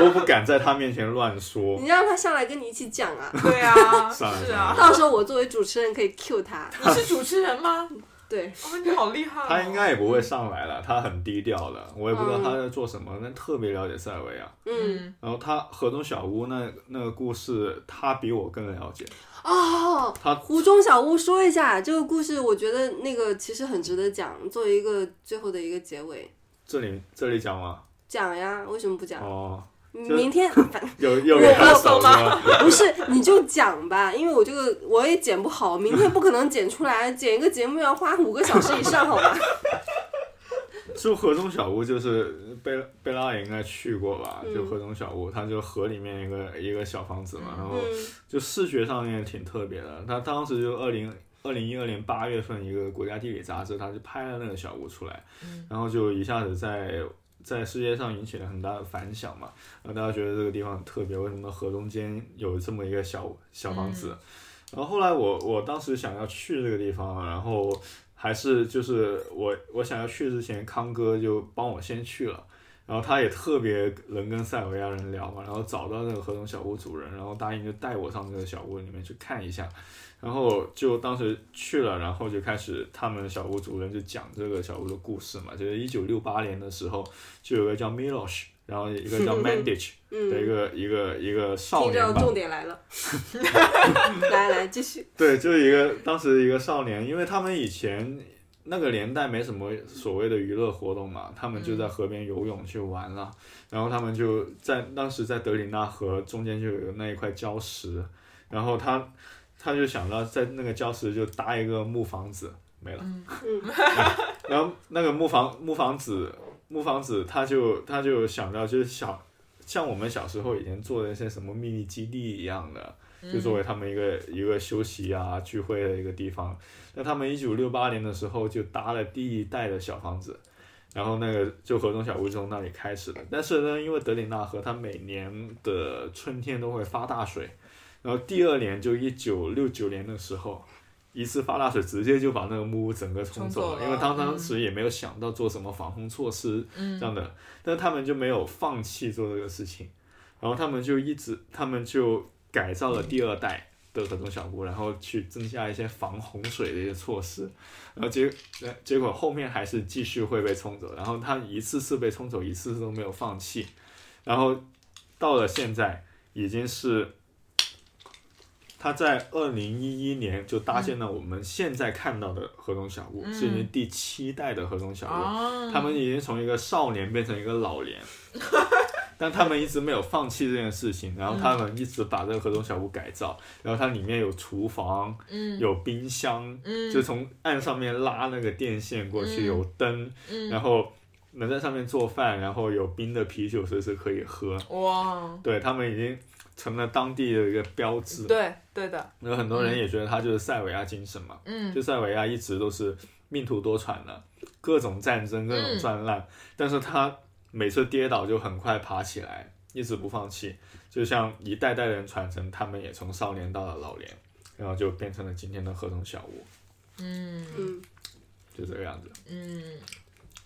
我又不敢在他面前乱说
你，让他上来跟你一起讲啊，
对啊，
算了
是
算了
啊，
到时候我作为主持人可以 Q 他。
你是主持人吗？
对，
哦，你好厉害哦，
他应该也不会上来了，他很低调的，我也不知道他在做什么，但特别了解塞尔维亚。
嗯，
嗯，
然后他河东小屋那那个故事，他比我更了解。
哦，
他
湖中小屋说一下这个故事，我觉得那个其实很值得讲，作为一个最后的一个结尾，
这里这里讲吗？
讲呀，为什么不讲？
哦，就是
明天反
有有给
我
他手是吧？
不是你就讲吧，因为我这个我也剪不好，明天不可能剪出来，剪一个节目要花五个小时以上，好吧？
就河东小屋，就是贝贝拉也应该去过吧？
嗯
就河东小屋，它就河里面一个一个小房子嘛，然后
嗯
就视觉上面挺特别的。他当时就二零二零一二年八月份，一个国家地理杂志，他就拍了那个小屋出来，然后就一下子在在世界上引起了很大的反响嘛。然后大家觉得这个地方很特别，为什么河中间有这么一个小小房子？然后后来我我当时想要去这个地方，啊然后还是就是我我想要去之前，康哥就帮我先去了。然后他也特别能跟塞尔维亚人聊嘛，然后找到那个河东小屋主人，然后答应就带我上这个小屋里面去看一下，然后就当时去了，然后就开始他们小屋主人就讲这个小屋的故事嘛，就是一九六八年的时候，就有个叫 Milosh，然后一 个叫 Mandich 的一
嗯，
个、一个一个少
听
年
着
吧，
重点来了， 来来继续，
对，就是一个当时一个少年，因为他们以前那个年代没什么所谓的娱乐活动嘛，他们就在河边游泳去玩了，然后他们就在当时在德里纳河中间就有那一块礁石，然后他他就想到在那个礁石就搭一个木房子，没了。
嗯
然后那个木房木房子木房子，他就他就想到就是小像我们小时候以前做的一些什么秘密基地一样的，就作为
嗯
他们一个一个休息啊聚会的一个地方。那他们一九六八年的时候就搭了第一代的小房子，然后那个就河东小屋从那里开始的。但是呢，因为德里纳河它每年的春天都会发大水，然后第二年就一九六九年的时候。一次发大水，直接就把那个木屋整个冲
冲
走
走
了，
了嗯
因为他当时也没有想到做什么防洪措施这样的，但他们就没有放弃做这个事情，然后他们就一直，他们就改造了第二代的河东小屋，然后去增加一些防洪水的一些措施，然后结呃结果后面还是继续会被冲走，然后他一次次被冲走，一次次都没有放弃，然后到了现在已经是。它在二零一一年就搭建了我们现在看到的河东小屋，是已经第七代的河东小屋。
哦，
他们已经从一个少年变成一个老 年，但他们一直没有放弃这件事情，然后他们一直把这个河东小屋改造，然后它里面有厨房，
嗯
有冰箱，
嗯
就从岸上面拉那个电线过去，
嗯
有灯，
嗯
然后能在上面做饭，然后有冰的啤酒随时可以喝，
哇，
对他们已经成了当地的一个标志，
对嗯对的，
有很多人也觉得它就是塞维亚精神嘛，
嗯
就塞维亚一直都是命途多舛的，各种战
嗯
争，各种战乱，但是他每次跌倒就很快爬起来，一直不放弃，就像一代代人传承，他们也从少年到了老年，然后就变成了今天的河东小屋，
嗯
嗯，
就这个样子。
嗯，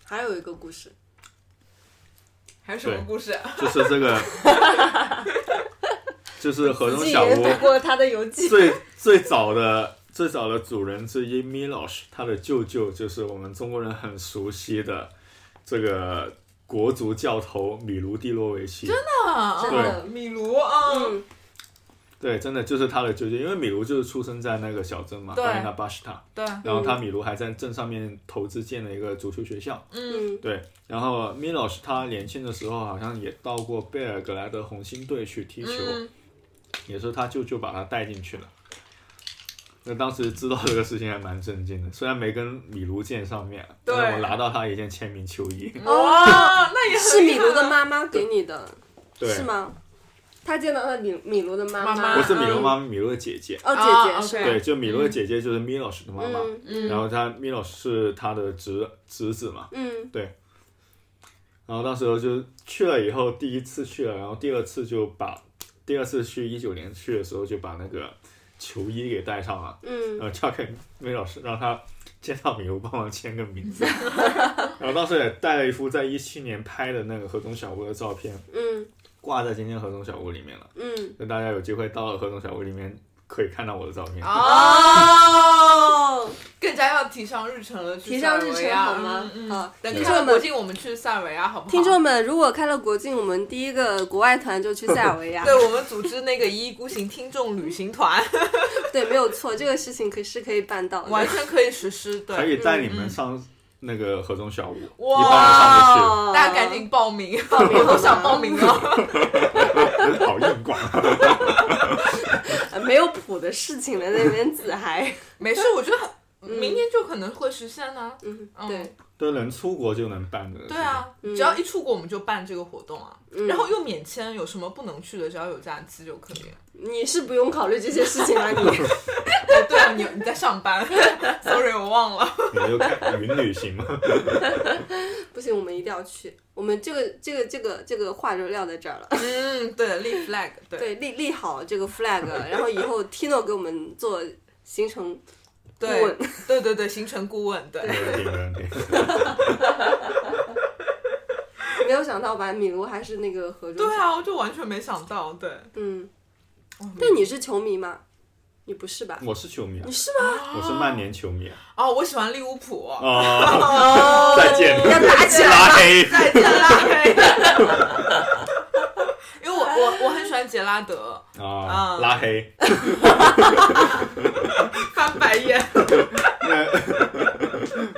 还有一个故事，
还有什么
对
故事？
就是这个，就是河
自
东
己
小
也
屋
读过他的游记，
最最早的最早的主人之一 Milos，他的舅舅就是我们中国人很熟悉的这个国足教头米卢蒂洛维奇。真的？
啊，
真
的
嗯米卢啊，
嗯，
对，真的就是他的舅舅，因为米卢就是出生在那个小镇嘛，
对嗯
巴伊纳巴什塔。
对，
然后他米卢还在镇上面投资建了一个足球学校。
嗯
嗯
对，然后 Milos 他年轻的时候好像也到过贝尔格莱德红星队去踢球。
嗯，
也是他舅舅把他带进去了。那当时知道这个事情还蛮震惊的，虽然没跟米卢见上面，
对嗯
但是我拿到他一件签名球衣。
哇，那也很
是米
厉害
卢的
了？
妈妈给你的，
对，
是吗？他见到了米米卢的妈
妈妈
不是米卢妈妈，米卢的姐姐。
哦，姐姐
啊
是
，OK
吧？
对，就米卢的姐姐就是 Milos 的妈妈，
嗯
嗯
然后他 Milos 是他的侄侄子嘛。
嗯
然后当时候就去了以后，第一次去了，然后第二次就把第二次去一九年去的时候就把那个球衣给带上了。
嗯，
呃，交给梅老师，让他见到米卢帮忙签个名字。然后当时也带了一幅在一七年拍的那个河东小屋的照片，
嗯
挂在今天河东小屋里面了。
嗯，
那大家有机会到了河东小屋里面，可以看到我的照片。
哦，更加要提上日程了，去
提上日
塞维
程
亚
好吗
嗯？嗯
好，
等
听
开了
众
国
们，
境，我们去塞维亚好不好？
听众们，如果开了国境，我们第一个国外团就去塞尔维 亚。
对我们组织那个一意孤行听众旅行团，
对，没有错，这个事情可是可以办到
完
的。
全可以实施。
可
对，
以带你们上那个河东小屋，
哇
一般
哦
大家赶紧报名，
报名嗯
我都想报名了。
人上不去，好硬广。
呃没有谱的事情了，那边子还
没事，我觉得很明年就可能会实现呢。
嗯
嗯
对，
都能出国就能办的。
对，啊，
嗯
只要一出国我们就办这个活动啊，然后又免签，有什么不能去的，只要有假期就可以。
你是不用考虑这些事情了，你
哎对啊，你你在上班 ，sorry，我忘了。
你们就看云旅行嘛。
不行，我们一定要去。我们这个这个这个这个话就撂在这儿了。
嗯，对，立 flag，对
对，立立好这个 flag，然后以后 Tino 给我们做行程顾
对
问
对对对，行程顾问，对，
没问题，没问题。
没有想到吧，米卢还是那个河中。
对啊，我就完全没想到，对，
嗯
哦，
但你是球迷吗？你不是吧？
我是球迷啊
你，是吗？
我是曼联球迷啊。
哦，我喜欢利物浦，
哦，
哦
再见，
要打起来
拉黑。
再见啦，嘿 因为我我我很喜欢杰拉德，
啊，
嗯
拉黑。
翻白眼，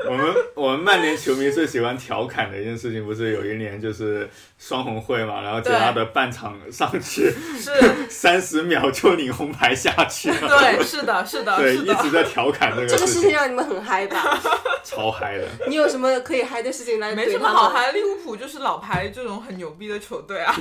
我们我们曼联球迷最喜欢调侃的一件事情，不是有一年就是双红会嘛，然后杰拉德半场上去
是，
三十秒就领红牌下去了，
对，是的，是的，
对，
是
一
的，
直在调侃这
这
个
个
事
事
情，
情让你们很嗨 吧？
超嗨的。
你有什么可以嗨的事情来？
没什么好。嗨，利物浦就是老牌这种很牛逼的球队啊，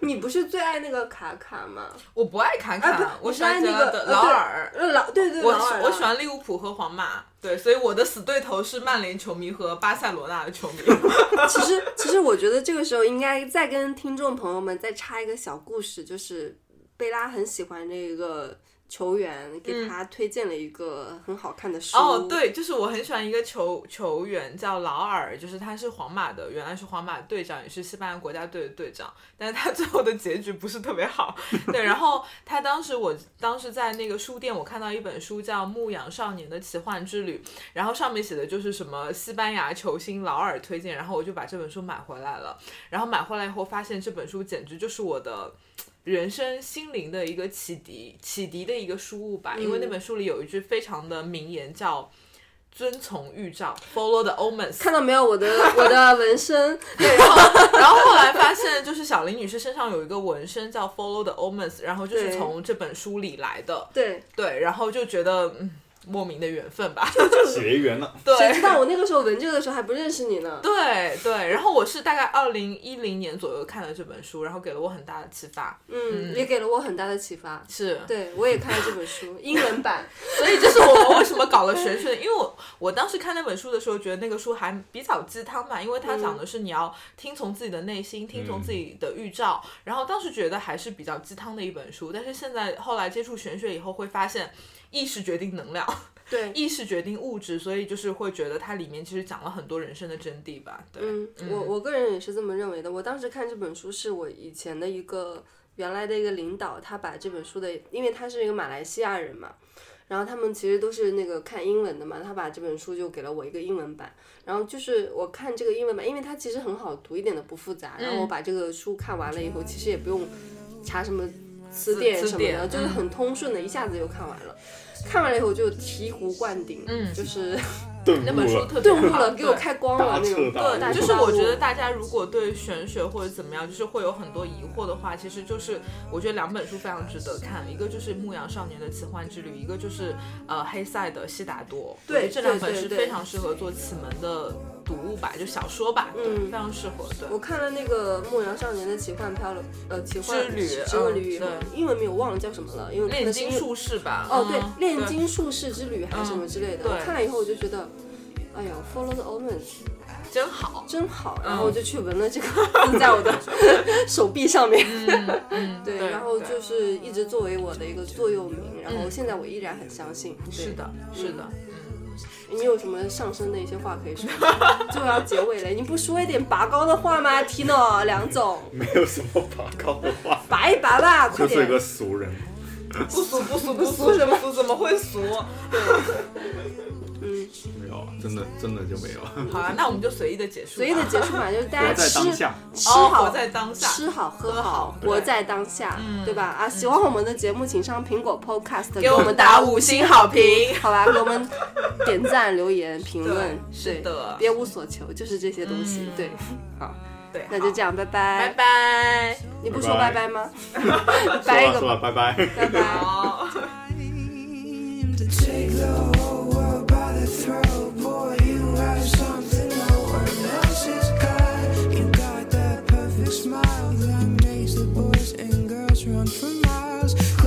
你不是最爱那个卡卡吗？
我哎不爱侃
啊，不
侃，，我
你
喜
是
欢
爱
杰拉
那个
德，
呃
劳
对
尔。
呃老对对，
我
劳尔
我喜。欢利物浦和皇马，对，所以我的死对头是曼联球迷和巴塞罗那的球迷。
劳尔其实其实我觉得这个时候应该再跟听众朋友们再插一个小故事，就是贝拉很喜欢这个球员，给他推荐了一个很好看的书。
哦，，对，就是我很喜欢一个球球员叫劳尔，就是他是皇马的，原来是皇马队长，也是西班牙国家队的队长，但是他 最后的结局不是特别好。对，然后他当时我当时在那个书店，我看到一本书叫《牧羊少年的奇幻之旅》，然后上面写的就是什么西班牙球星劳尔推荐，然后我就把这本书买回来了。然后买回来以后，发现这本书简直就是我的。人生心灵的一个启迪、启迪的一个书物吧。因为那本书里有一句非常的名言，叫“遵从预兆 ”（Follow the omens）。
看到没有，我的我的 纹身，
对，然后然后后来发现，就是小林女士身上有一个纹身叫 “Follow the omens”，然后就是
对
从这本书里来的。
对，
对，然后就觉得嗯，莫名的缘分吧。
结缘啊了。
对，
谁知道我那个时候纹这个的时候还不认识你呢。
对对，然后我是大概二零一零年左右看了这本书，然后给了我很大的启发。
嗯，也给了我很大的启发。
是，
对，我也看了这本书，英文版。
所以这是我们为什么搞了玄学的，因为我我当时看那本书的时候，觉得那个书还比较鸡汤吧，因为它讲的是你要听从自己的内心，听从自己的预兆，然后当时觉得还是比较鸡汤的一本书，但是现在后来接触玄学以后，会发现意识决定能量，
对，
意识决定物质，所以就是会觉得它里面其实讲了很多人生的真谛吧。对，
嗯，我我个人也是这么认为的。我当时看这本书是我以前的一个原来的一个领导，他把这本书的，因为他是一个马来西亚人嘛，然后他们其实都是那个看英文的嘛，他把这本书就给了我一个英文版，然后就是我看这个英文版，因为它其实很好读，一点都不复杂。然
嗯
后我把这个书看完了以后，其实也不用查什么词典
词
什么
典
的，就是
嗯
很通顺的，一下子就看完了。看完了以后就醍醐灌顶，
嗯
就是
顿
那
悟
本书
了，
特别
顿悟
好
了，给我
对
开光了那
大
种。
彻大悟
大
对，呃
彻
就是
大
我
悟
觉得大家如果对玄学或者怎么样，就是会有很多疑惑的话，其实就是我觉得两本书非常值得看，一个就是《牧羊少年的奇幻之旅》，一个就是呃黑塞的《悉达多》。
对
我觉得这两
对
本
对
是
对
非常适合做启蒙的读物吧，就小说吧，对，
嗯
非常适合。对，
我看了那个《牧羊少年的奇幻漂流》，呃，奇幻
之旅
之旅，
嗯
英文名我忘了叫什么了，因为我看
炼
的是
金
英
术士吧。
哦，
嗯
对，《炼。金术士之旅》还是什么之类的。
对
我看了以后我就觉得，哎呀，Follow the omens
真 好。
真好，
嗯
然后我就去纹了这个 印在我 的手臂上面。
嗯，
对，然后就是一直作为我的一个座右铭，然后现在我依然很相信。对
嗯
嗯
是，的，是的。
你有什么上升的一些话可 以说？就要结尾了，你不说一点拔高的话吗？Tino 梁总，
没有什么拔高的话，
拔一拔吧，快
就
点
是一。个俗人。
不俗不俗不俗什么俗怎么会俗？
没有，啊真的真的就没有。
好啊了，那我们就随意的结束吧。
随意的结束 嘛，就是大
活
家
在
吃
当下
吃
哦
好
活在当下
吃好喝好，
对
活在当下，对吧？啊，喜欢我们的节目，请上苹果 Podcast
嗯给我们打
打
五星好评。
好吧，给我们点赞、留言、评论，
对
对
是的
别无所求，就是这些东西
嗯。
对，好，
对，
那就
好
这样，拜
拜
拜。
拜。
你不说拜
拜
拜吗？
说
拜一
了说
个，
了，拜拜。
拜拜。
好。
to take the whole world by the throat. Boy, you have something no one else has got. You got that perfect smile that makes the boys and girls run for miles.